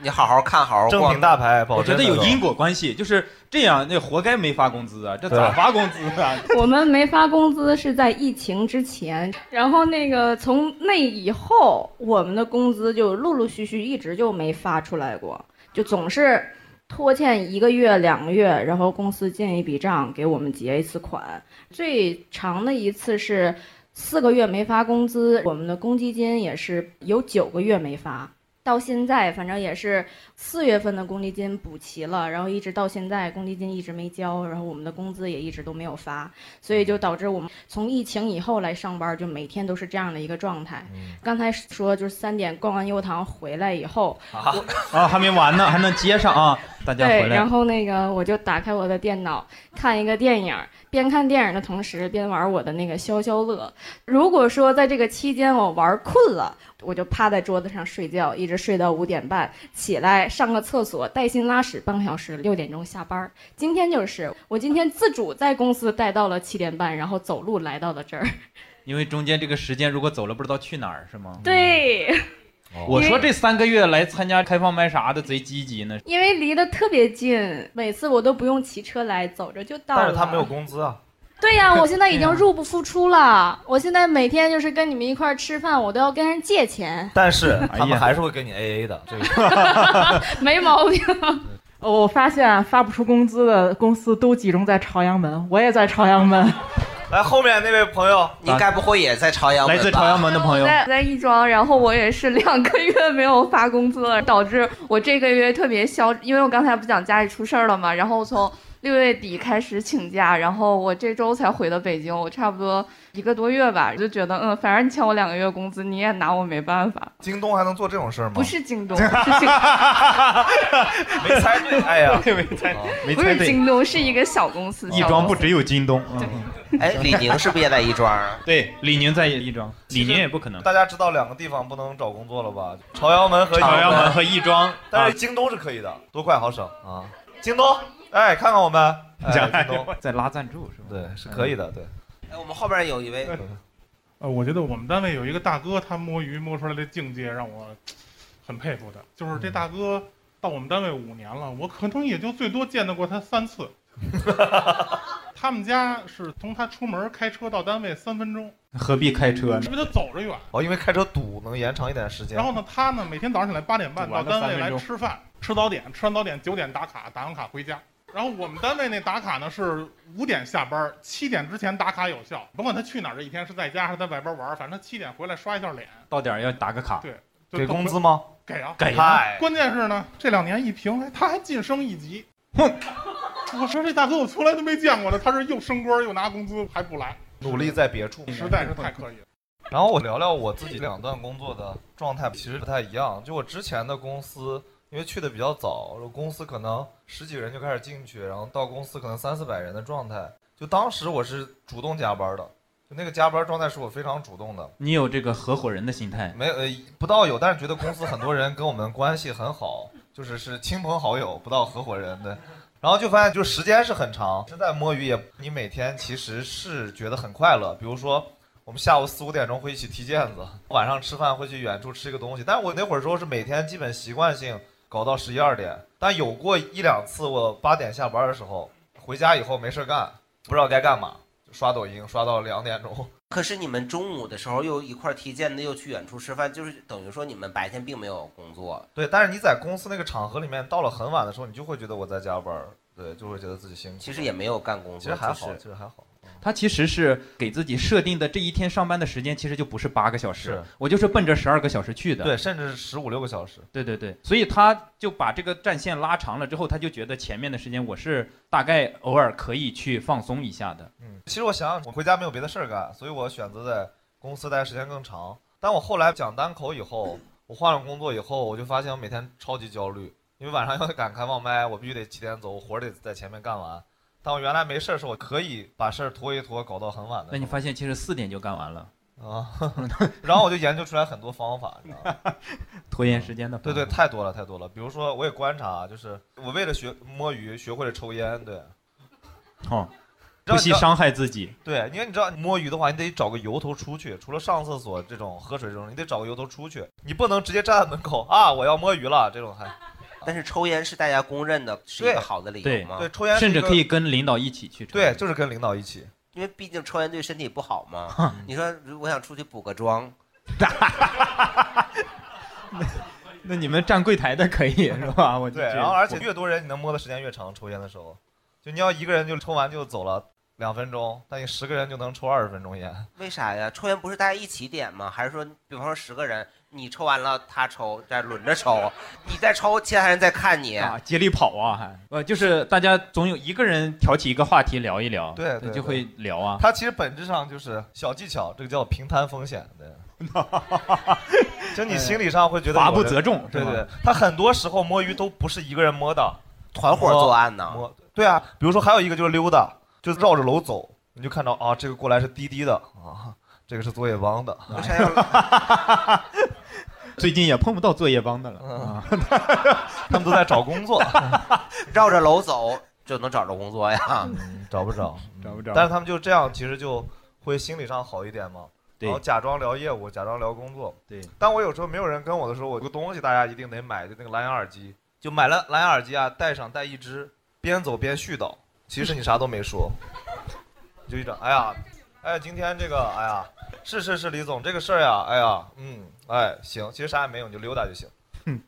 你好好看，好好正逛品。大牌，保我觉真得的有都因果关系，就是这样，那活该没发工资啊！这咋对发工资啊？我们没发工资是在疫情之前，然后那个从那以后，我们的工资就陆陆续续一直就没发出来过，就总是拖欠一个月、两个月，然后公司建一笔账给我们结一次款。最长的一次是四个月没发工资，我们的公积金也是有九个月没发。到现在，反正也是四月份的公积金补齐了，然后一直到现在公积金一直没交，然后我们的工资也一直都没有发，所以就导致我们从疫情以后来上班，就每天都是这样的一个状态。刚才说就是三点逛完悠唐回来以后，啊啊，还没完呢，还能接上啊！大家对，回来然，后那个我就打开我的电脑看一个电影，边看电影的同时边玩我的那个消消乐。如果说在这个期间我玩困了，我就趴在桌子上睡觉，一直睡到五点半，起来上个厕所，带薪拉屎半个小时，六点钟下班。今天就是我今天自主在公司待到了七点半，然后走路来到了这儿。因为中间这个时间如果走了，不知道去哪儿，是吗？对，我因说为这三个月来参加开放麦啥的贼积极呢。因为离得特别近，每次我都不用骑车来，走着就到了。但是他没有工资啊。对呀、我现在已经入不敷出了。我现在每天就是跟你们一块儿吃饭，我都要跟人借钱，但是哎呀他们还是会给你 A A 的，这个 [laughs] 没毛病。 [laughs] 我发现啊发不出工资的公司都集中在朝阳门，我也在朝阳门。来，哎后面那位朋友，你该不会也在朝阳门吧？来自朝阳门的朋友我在我在亦庄，然后我也是两个月没有发工资了，导致我这个月特别消，因为我刚才不讲家里出事儿了嘛，然后从六月底开始请假，然后我这周才回的北京，我差不多一个多月吧，我就觉得嗯，反正你欠我两个月工资，你也拿我没办法。 [laughs] 京东还能做这种事儿吗？不是京 [laughs] 东，是京没猜对，哎 [laughs] 呀，没猜，没不猜是对。啊京东，是一个小公司。亦庄不只有京东，嗯哎，李 [laughs] 宁是不是也在亦庄啊？对，李宁在亦庄，李宁也不可能。大家知道两个地方不能找工作了吧？朝阳门和朝阳门和亦庄，啊但是京东是可以的，多快好省啊！京东，[laughs] 哎，看看我们，哎，京东在拉赞助是吧？对，是可以的，对。哎，我们后边有一位，呃，我觉得我们单位有一个大哥，他摸鱼摸出来的境界让我很佩服的。就是这大哥到我们单位五年了，我可能也就最多见到过他三 [laughs] 次。他们家是从他出门开车到单位三分钟，何必开车因呢？为他走着远。哦，因为开车堵，能延长一点时间。然后呢，他呢每天早上起来八点半堵到完了单位三分来钟吃饭，吃早点，吃完早点九点打卡，打完卡回家。然后我们单位那打卡呢是五点下班，七点之前打卡有效，甭管他去哪儿这一天是在家还是在外边玩，反正他七点回来刷一下脸。到点儿要打个卡。对，就给到工回资吗？给啊，给啊嗨关键是呢，这两年一评，哎，他还晋升一级。哼，我说这大哥我从来都没见过的，他是又升官又拿工资还不来，努力在别处，实在是太可以了。然后我聊聊我自己两段工作的状态，其实不太一样。就我之前的公司，因为去的比较早，公司可能十几个人就开始进去，然后到公司可能三四百人的状态。就当时我是主动加班的，就那个加班状态是我非常主动的。你有这个合伙人的心态，没有呃不到有，但是觉得公司很多人跟我们关系很好，就是是亲朋好友，不到合伙人对。然后就发现，就时间是很长，是在摸鱼也，你每天其实是觉得很快乐。比如说，我们下午四五点钟会一起踢毽子，晚上吃饭会去远处吃一个东西。但是我那会儿时候是每天基本习惯性搞到十一二点，但有过一两次我八点下班的时候，回家以后没事儿干，不知道该干嘛，就刷抖音，刷到两点钟。可是你们中午的时候又一块儿踢毽子，又去远处吃饭，就是等于说你们白天并没有工作。对，但是你在公司那个场合里面，到了很晚的时候，你就会觉得我在加班儿，对，就会觉得自己辛苦。其实也没有干工作其实还好，就是其实还好。他其实是给自己设定的这一天上班的时间，其实就不是八个小时是，我就是奔着十二个小时去的。对，甚至十五六个小时。对对对，所以他就把这个战线拉长了之后，他就觉得前面的时间我是大概偶尔可以去放松一下的。嗯，其实我想想，我回家没有别的事儿干，所以我选择在公司待时间更长。但我后来讲单口以后，我换了工作以后，我就发现我每天超级焦虑，因为晚上要赶开放麦，我必须得七点走，我活儿得在前面干完。但我原来没事儿的时候，我可以把事儿拖一拖，搞到很晚的。那你发现其实四点就干完了，啊， [laughs] 然后我就研究出来很多方法，你知道吗？ [laughs] 拖延时间的对对，太多了太多了。比如说，我也观察，就是我为了学摸鱼，学会了抽烟，对。 [laughs] 哦，不让惜伤害自己。对，因为你知道你摸鱼的话，你得找个由头出去。除了上厕所这种、喝水这种，你得找个由头出去。你不能直接站在门口啊，我要摸鱼了这种还。但是抽烟是大家公认的是一个好的理由对吗？对抽烟甚至可以跟领导一起去抽。对，就是跟领导一起。因为毕竟抽烟对身体不好嘛。你说如果想出去补个妆，那你们站柜台的可以是吧？哦我就对，觉得然后而且越多人，你能摸的时间越长。抽烟的时候，就你要一个人就抽完就走了两分钟，但你十个人就能抽二十分钟烟。为啥呀？抽烟不是大家一起点吗？还是说，比方说十个人，你抽完了，他抽，再轮着 [laughs] 抽，你再抽，其他人再看你。啊，接力跑啊，还呃，就是大家总有一个人挑起一个话题聊一聊，对对对就会聊啊。它其实本质上就是小技巧，这个叫平摊风险 [laughs] 对。就你心理上会觉得哎法不我这责众对是吧对，他很多时候摸鱼都不是一个人摸的，团伙作案呢摸对啊，比如说还有一个就是溜达，就绕着楼走，你就看到啊，这个过来是滴滴的啊，这个是作业帮的。 [laughs] [laughs] 最近也碰不到作业帮的了，啊他们都在找工作， [laughs] 绕着楼走就能找着工作呀？嗯找不着，找不着。但是他们就这样，其实就会心理上好一点嘛。对然后假装聊业务，假装聊工作。对，但我有时候没有人跟我的时候，我有个东西大家一定得买，就那个蓝牙耳机，就买了蓝牙耳机啊，戴上戴一只，边走边絮叨，其实你啥都没说， [laughs] 就一整哎呀，哎呀今天这个哎呀，是是是李总这个事儿呀，哎呀嗯哎行，其实啥也没有，你就溜达就行，嗯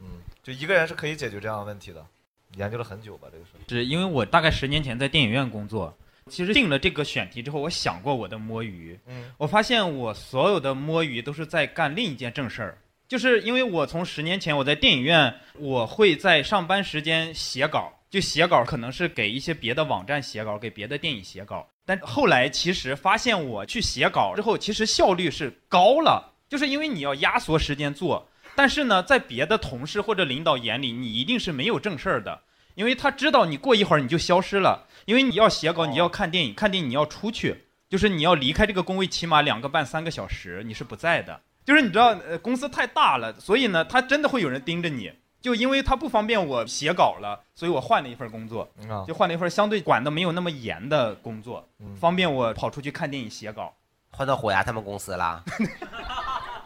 就一个人是可以解决这样的问题的，研究了很久吧这个事儿。是因为我大概十年前在电影院工作，其实定了这个选题之后，我想过我的摸鱼，嗯，我发现我所有的摸鱼都是在干另一件正事儿，就是因为我从十年前我在电影院，我会在上班时间写稿，就写稿可能是给一些别的网站写稿，给别的电影写稿。但后来其实发现我去写稿之后，其实效率是高了，就是因为你要压缩时间做。但是呢，在别的同事或者领导眼里，你一定是没有正事儿的，因为他知道你过一会儿你就消失了，因为你要写稿，你要看电影，看电影你要出去，就是你要离开这个工位，起码两个半三个小时，你是不在的。就是你知道，呃，公司太大了，所以呢，他真的会有人盯着你。就因为他不方便我写稿了，所以我换了一份工作，啊就换了一份相对管的没有那么严的工作，方便我跑出去看电影、写稿。换到虎牙他们公司啦。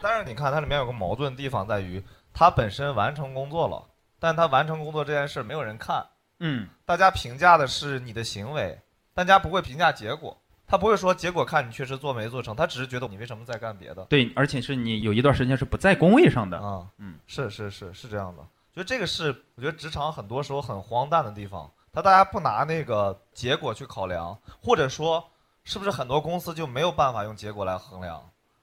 但是你看它里面有个矛盾的地方在于，它本身完成工作了，但它完成工作这件事没有人看，嗯，大家评价的是你的行为，大家不会评价结果，他不会说结果看你确实做没做成，他只是觉得你为什么在干别的。 [laughs] 对，而且是你有一段时间是不在工位上的啊，嗯，是是是是这样的，就这个是我觉得职场很多时候很荒诞的地方，他大家不拿那个结果去考量，或者说是不是很多公司就没有办法用结果来衡量？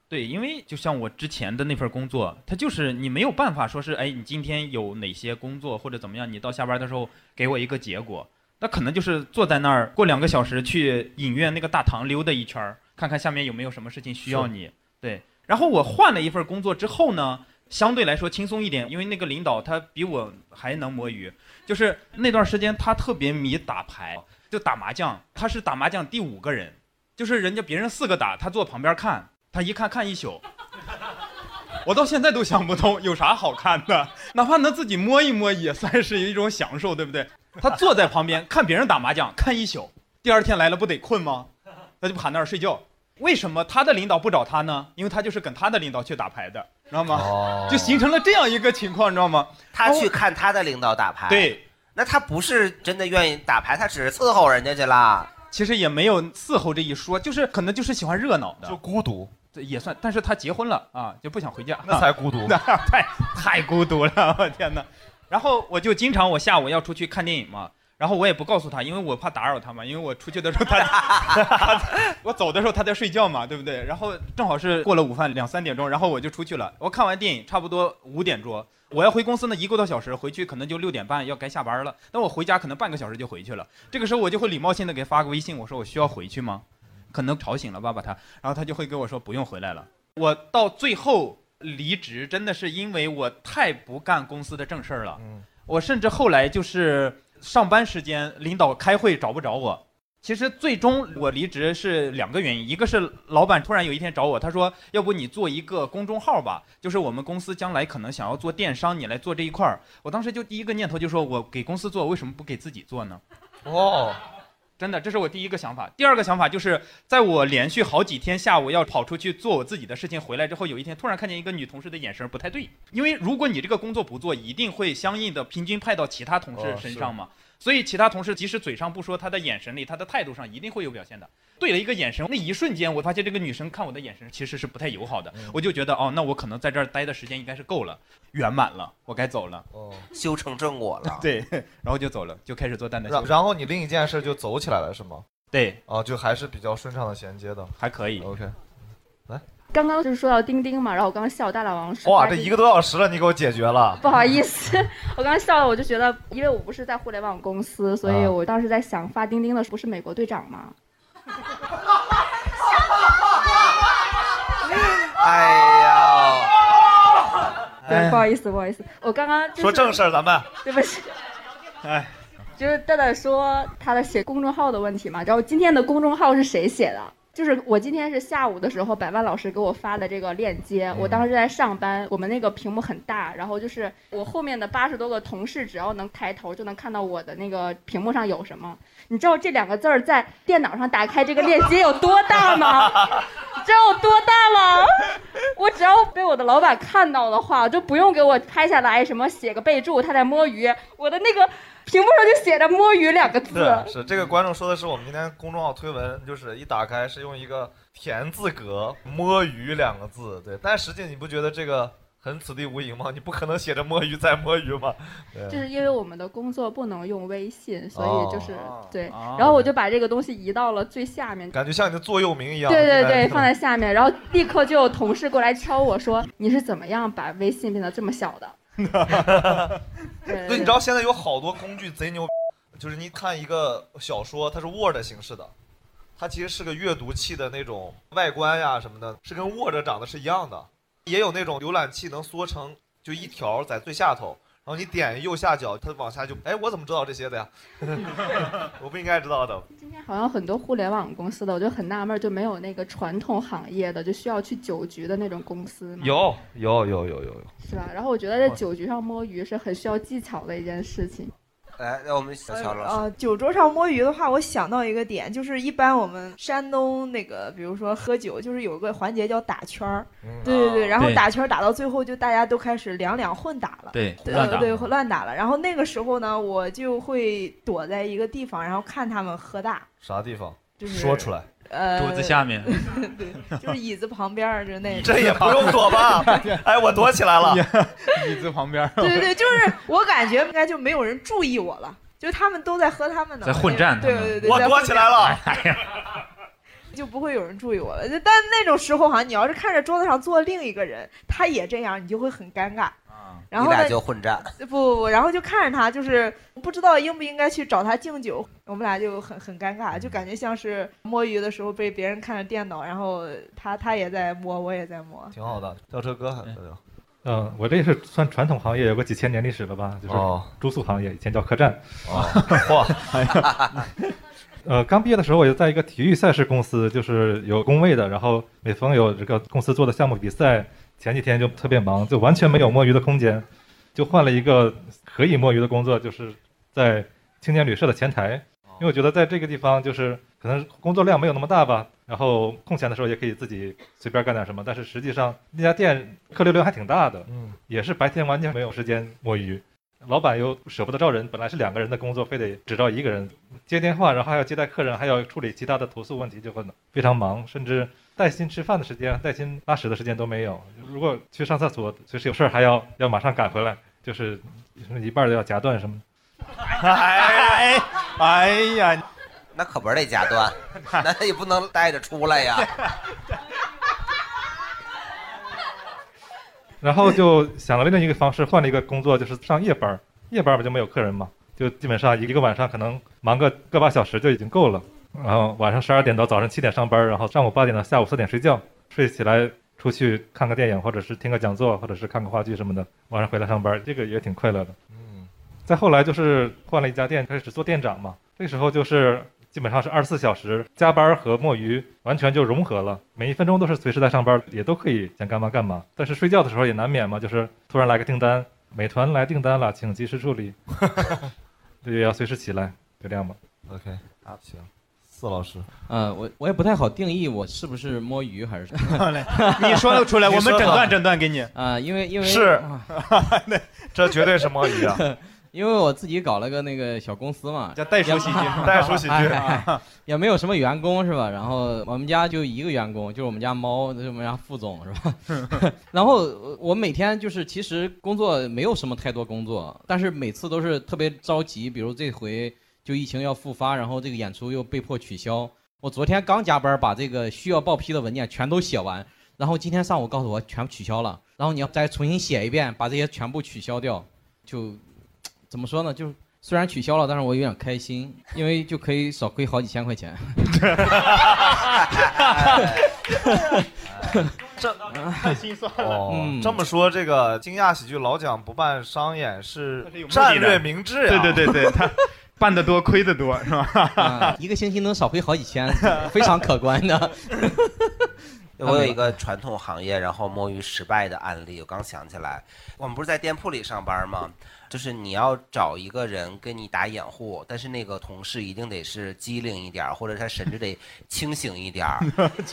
对，因为就像我之前的那份工作，它就是你没有办法说是，哎，你今天有哪些工作或者怎么样，你到下班的时候给我一个结果，那可能就是坐在那儿过两个小时去影院那个大堂溜达一圈儿，看看下面有没有什么事情需要你。对，然后我换了一份工作之后呢，相对来说轻松一点，因为那个领导他比我还能摸鱼，就是那段时间他特别迷打牌，就打麻将，他是打麻将第五个人，就是人家别人四个打，他坐旁边看，他一看看一宿。我到现在都想不通有啥好看的，哪怕能自己摸一摸也算是一种享受，对不对？他坐在旁边看别人打麻将，看一宿，第二天来了不得困吗？他就躺那儿睡觉。为什么他的领导不找他呢？因为他就是跟他的领导去打牌的，知道吗？呃哦就形成了这样一个情况，你知道吗？他去看他的领导打牌，对，那他不是真的愿意打牌，他只是伺候人家去啦。其实也没有伺候这一说，就是可能就是喜欢热闹的，就孤独，也算。但是他结婚了啊，就不想回家， [laughs] 那才孤独 [laughs] 那太太孤独了，我天哪！然后我就经常我下午要出去看电影嘛，然后我也不告诉他，因为我怕打扰他嘛，因为我出去的时候他 [laughs] 他我走的时候他在睡觉嘛，对不对？然后正好是过了午饭两三点钟，然后我就出去了。我看完电影差不多五点钟，我要回公司呢一个多小时，回去可能就六点半要该下班了。那我回家可能半个小时就回去了。这个时候我就会礼貌性的给发个微信，我说我需要回去吗？可能吵醒了爸爸他，然后他就会跟我说不用回来了。我到最后离职，真的是因为我太不干公司的正事儿了。嗯我甚至后来就是上班时间，领导开会找不着我。其实最终我离职是两个原因，一个是老板突然有一天找我，他说：“要不你做一个公众号吧，就是我们公司将来可能想要做电商，你来做这一块儿。”我当时就第一个念头就说：“我给公司做，为什么不给自己做呢？”哦，真的，这是我第一个想法。第二个想法就是，在我连续好几天下午要跑出去做我自己的事情，回来之后，有一天突然看见一个女同事的眼神不太对，因为如果你这个工作不做，一定会相应的平均派到其他同事哦身是上嘛。所以其他同事即使嘴上不说，他的眼神里、他的态度上一定会有表现的。对了一个眼神，那一瞬间我发现这个女生看我的眼神其实是不太友好的，嗯我就觉得哦，那我可能在这儿待的时间应该是够了，圆满了，我该走了。哦，修成正果了 [laughs] 对，然后就走了，就开始做蛋蛋然修。然后你另一件事就走起来了是吗？对，哦，就还是比较顺畅的衔接的，还可以。 OK，刚刚就是说到钉钉嘛，然后我刚刚笑大老王是哇，发这钉一个多小时了，你给我解决了。 [laughs] [laughs] 不好意思，我刚刚笑了，我就觉得，因为我不是在互联网公司，所以啊我当时在想，发钉钉的不是美国队长吗？哎呀，对，不好意思，不好意思，我刚刚、就是、哎说正事儿，咱们。对不起，哎，就是蛋蛋说他的写公众号的问题嘛，然后今天的公众号是谁写的？就是我今天是下午的时候，百万老师给我发的这个链接，我当时在上班，我们那个屏幕很大，然后就是我后面的八十多个同事，只要能抬头就能看到我的那个屏幕上有什么。你知道这两个字儿在电脑上打开这个链接有多大吗？你知道有多大吗？我只要被我的老板看到的话，就不用给我拍下来，什么写个备注他在摸鱼，我的那个屏幕上就写着“摸鱼”两个字是。是，这个观众说的是我们今天公众号推文，就是一打开是用一个田字格“摸鱼”两个字，对。但实际你不觉得这个很此地无银吗？你不可能写着“摸鱼”在摸鱼嘛。对。就是因为我们的工作不能用微信，所以就是、对哦，然后我就把这个东西移到了最下面。感觉像你的座右铭一样。对 [laughs] 对现对，放在下面，然后立刻就有同事过来敲我说：“你是怎么样把微信变得这么小的对，你知道现在有好多工具贼牛逼，就是你看一个小说，它是 Word 形式的，它其实是个阅读器的那种外观呀什么的，是跟 Word 长得是一样的。也有那种浏览器能缩成就一条在最下头，然后你点右下角，它往下就，哎，我怎么知道这些的呀？ [laughs] 我不应该知道的。好像很多互联网公司的，我就很纳闷，就没有那个传统行业的，就需要去酒局的那种公司嘛，有有有有有有，是吧？然后我觉得在酒局上摸鱼是很需要技巧的一件事情。 [laughs] 来，让我们小乔老师，呃，酒桌上摸鱼的话，我想到一个点，就是一般我们山东那个，比如说喝酒，就是有个环节叫打圈儿，嗯对对对，然后对打圈儿打到最后，就大家都开始两两混打了，对对呃乱打对会乱打了。然后那个时候呢，我就会躲在一个地方，然后看他们喝大，啥地方？就是说出来呃，桌子下 [laughs] 面 [laughs] 对，就是椅子旁边儿就那种，这也不用躲 [laughs] 吧哎，我躲起来了，椅子旁边。对 [laughs] 对对，就是我感觉应该就没有人注意我了，就是他们都在喝他们的，在混战对他们对对对，我在躲混起战来了就不会有人注意我了。就但那种时候好像你要是看着桌子上坐另一个人，他也这样，你就会很尴尬。然啊你后呢俩就混战。不不不，然后就看着他，就是不知道应不应该去找他敬酒，我们俩就很很尴尬，就感觉像是摸鱼的时候被别人看着电脑，然后他他也在摸，我也在摸。挺好的。吊车哥还嗯，我这也是算传统行业，有个几千年历史了吧？就是哦住宿行业，以前叫客栈。哦，哇， [laughs] 呃，刚毕业的时候，我就在一个体育赛事公司，就是有工位的，然后每逢有这个公司做的项目比赛，前几天就特别忙，就完全没有摸鱼的空间，就换了一个可以摸鱼的工作，就是在青年旅社的前台，因为我觉得在这个地方就是可能工作量没有那么大吧，然后空闲的时候也可以自己随便干点什么，但是实际上那家店客流量还挺大的，嗯，也是白天完全没有时间摸鱼。老板又舍不得招人，本来是两个人的工作，非得只招一个人，接电话，然后还要接待客人，还要处理其他的投诉问题，就很非常忙，甚至带薪吃饭的时间、带薪拉屎的时间都没有。如果去上厕所，随时有事儿还要要马上赶回来，就是一半儿都要夹断什么的。哎哎呀，那可不是得夹 [laughs] 断，那也不能带着出来呀。 [laughs] 然后就想了另一个方式，换了一个工作，就是上夜班儿。夜班儿不就没有客人嘛，就基本上一个晚上可能忙个个把小时就已经够了。然后晚上十二点到早上七点上班儿，然后上午八点到下午四点睡觉，睡起来出去看个电影，或者是听个讲座，或者是看个话剧什么的。晚上回来上班儿，这个也挺快乐的。再后来就是换了一家店，开始做店长嘛。这时候就是基本上是二十四小时加班儿和摸鱼完全就融合了，每一分钟都是随时在上班，也都可以想干嘛干嘛。但是睡觉的时候也难免嘛，就是突然来个订单，美团来订单了，请及时处理，这也要随时起来，就这样吧。 OK，啊，行，四老师，呃，我我也不太好定义我是不是摸鱼还是什 [laughs] 你说得出 [laughs] 来我们诊断诊断给你。啊、因为因为是 [laughs] 这绝对是摸鱼啊！ [laughs] 因为我自己搞了个那个小公司嘛，叫代书喜剧代书喜剧哎哎也没有什么员工是吧？然后我们家就一个员工，就是我们家猫，就是我们家副总是 [laughs] 吧？然后呃我每天就是其实工作没有什么太多工作，但是每次都是特别着急，比如这回就疫情要复发，然后这个演出又被迫取消。我昨天刚加班，把这个需要报批的文件全都写完，然后今天上午告诉我全部取消了，然后你要再重新写一遍，把这些全部取消掉，就怎么说呢？就是虽然取消了，但是我有点开心，因为就可以少亏好几千 [laughs] 块钱。这太心酸了哦嗯，这么说，这个惊讶喜剧老蒋不办商演是有目的的战略明智啊呀！对对对对，他办的多，亏的多，是吧？啊一个星期能少亏好几千，非常可观的。我有一个传统行业，然后摸鱼失败的案例，我刚想起来，我们不是在店铺里上班吗？就是你要找一个人给你打掩护，但是那个同事一定得是机灵一点儿，或者他神志得清醒一 [laughs] 点儿。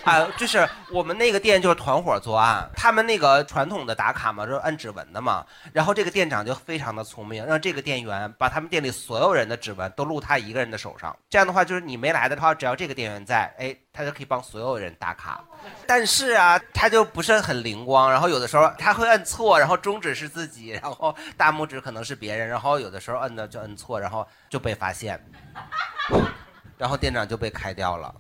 啊，就是我们那个店就是团伙作案，他们那个传统的打卡嘛，就是按指纹的嘛。然后这个店长就非常的聪明，让这个店员把他们店里所有人的指纹都录他一个人的手上。这样的话，就是你没来的话，只要这个店员在，哎，他就可以帮所有人打卡。但是啊，他就不是很灵光，然后有的时候他会按错，然后中指是自己，然后大拇指可能是别人，然后有的时候摁的就摁错，然后就被发现，然后店长就被开掉了。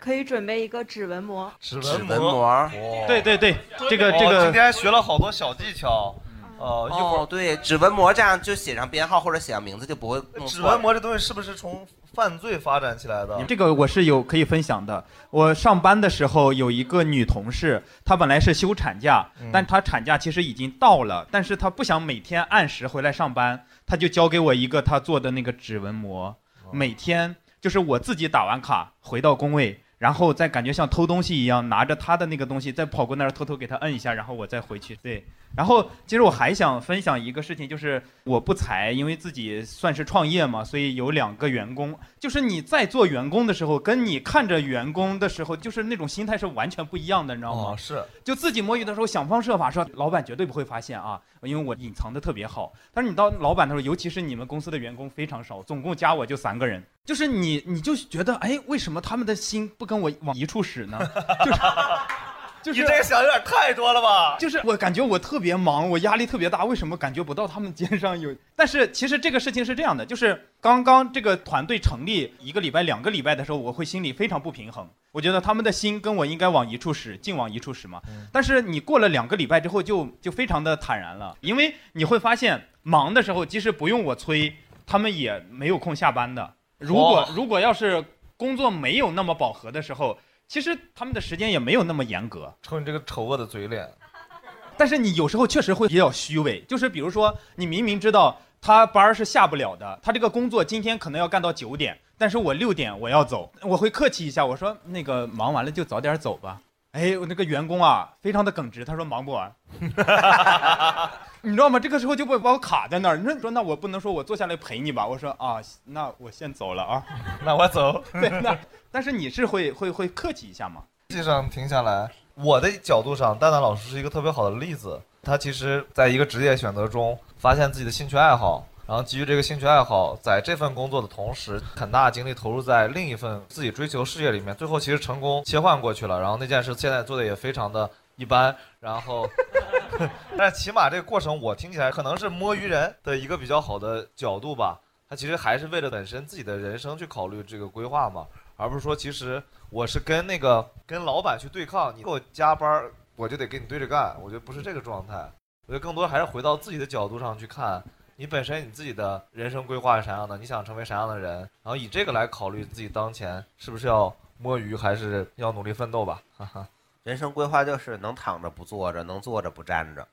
可以准备一个指纹膜。指指纹纹膜，哇对对对，这个哦这个今天学了好多小技巧，哦，一会哦儿，对，指纹膜这样就写上编号或者写上名字就不会弄错。指纹膜这东西是不是从犯罪发展起来的？这个我是有可以分享的。我上班的时候有一个女同事，她本来是休产假，但她产假其实已经到了，但是她不想每天按时回来上班，她就交给我一个她做的那个指纹膜，每天就是我自己打完卡回到工位。然后再感觉像偷东西一样，拿着她的那个东西，再跑过那儿偷偷给她摁一下，然后我再回去。对，然后其实我还想分享一个事情，就是我不裁，因为自己算是创业嘛，所以有两个员工。就是你在做员工的时候，跟你看着员工的时候，就是那种心态是完全不一样的，你知道吗？是。就自己摸鱼的时候，想方设法说老板绝对不会发现啊，因为我隐藏的特别好。但是你到老板的时候，尤其是你们公司的员工非常少，总共加我就三个人，就是你你就觉得哎，为什么他们的心不跟我往一处使呢？就是你这想有点太多了吧？就是我感觉我特别忙，我压力特别大，为什么感觉不到他们肩上有？但是其实这个事情是这样的，就是刚刚这个团队成立一个礼拜、两个礼拜的时候，我会心里非常不平衡，我觉得他们的心跟我应该往一处使，尽往一处使嘛。但是你过了两个礼拜之后就，就非常的坦然了，因为你会发现忙的时候，即使不用我催，他们也没有空下班的。如果、哦如果要是工作没有那么饱和的时候，其实他们的时间也没有那么严格。瞅你这个丑恶的嘴脸，但是你有时候确实会比较虚伪，就是比如说你明明知道他班儿是下不了的，他这个工作今天可能要干到九点，但是我六点我要走，我会客气一下，我说那个忙完了就早点走吧。哎，我那个员工啊，非常的耿直，他说忙不完，你知道吗？这个时候就会把我卡在那儿。那说那我不能说我坐下来陪你吧，我说啊，那我先走了啊， [laughs] 那我走。 [laughs] 对，那但是你是会会会客气一下吗？实际上停下来，我的角度上，蛋蛋老师是一个特别好的例子。他其实在一个职业选择中，发现自己的兴趣爱好，然后基于这个兴趣爱好，在这份工作的同时，很大的精力投入在另一份自己追求事业里面。最后其实成功切换过去了，然后那件事现在做的也非常的一般，然后。 [laughs] 但是起码这个过程我听起来可能是摸鱼人的一个比较好的角度吧。他其实还是为了本身自己的人生去考虑这个规划嘛，而不是说其实我是跟那个跟老板去对抗，你给我加班儿我就得跟你对着干，我觉得不是这个状态。我觉得更多还是回到自己的角度上去看，你本身你自己的人生规划是啥样的，你想成为啥样的人，然后以这个来考虑自己当前是不是要摸鱼，还是要努力奋斗吧。哈哈。人生规划就是能躺着不坐着，能坐着不站着。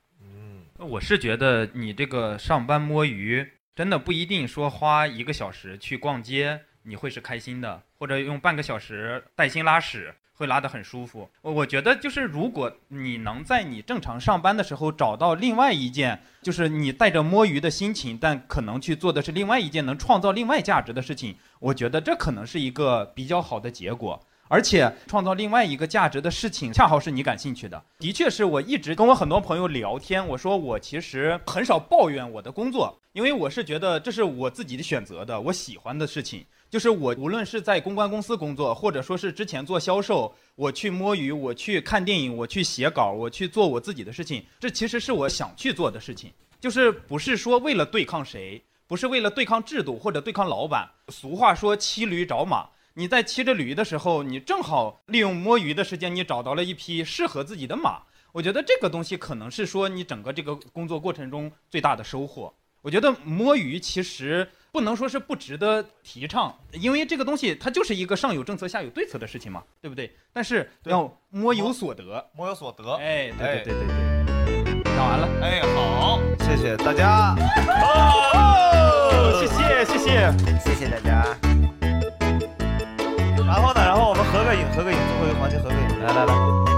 我是觉得你这个上班摸鱼，真的不一定说花一个小时去逛街你会是开心的，或者用半个小时带薪拉屎会拉得很舒服。我呃我觉得就是如果你能在你正常上班的时候找到另外一件，就是你带着摸鱼的心情，但可能去做的是另外一件能创造另外价值的事情，我觉得这可能是一个比较好的结果。而且创造另外一个价值的事情，恰好是你感兴趣的。的确是我一直跟我很多朋友聊天，我说我其实很少抱怨我的工作，因为我是觉得这是我自己的选择的，我喜欢的事情。就是我无论是在公关公司工作，或者说是之前做销售，我去摸鱼，我去看电影，我去写稿，我去做我自己的事情，这其实是我想去做的事情，就是不是说为了对抗谁，不是为了对抗制度或者对抗老板。俗话说骑驴找马，你在骑着驴的时候，你正好利用摸鱼的时间，你找到了一匹适合自己的马。我觉得这个东西可能是说你整个这个工作过程中最大的收获。我觉得摸鱼其实不能说是不值得提倡，因为这个东西它就是一个上有政策下有对策的事情嘛，对不对？但是要摸有所得，摸有所得。哎，对对对对对，讲完了。哎，好，谢谢大家。哦，谢谢谢谢谢谢大家。然后呢，然后我们合个影，合个影，最后一个环节合个影，来来来。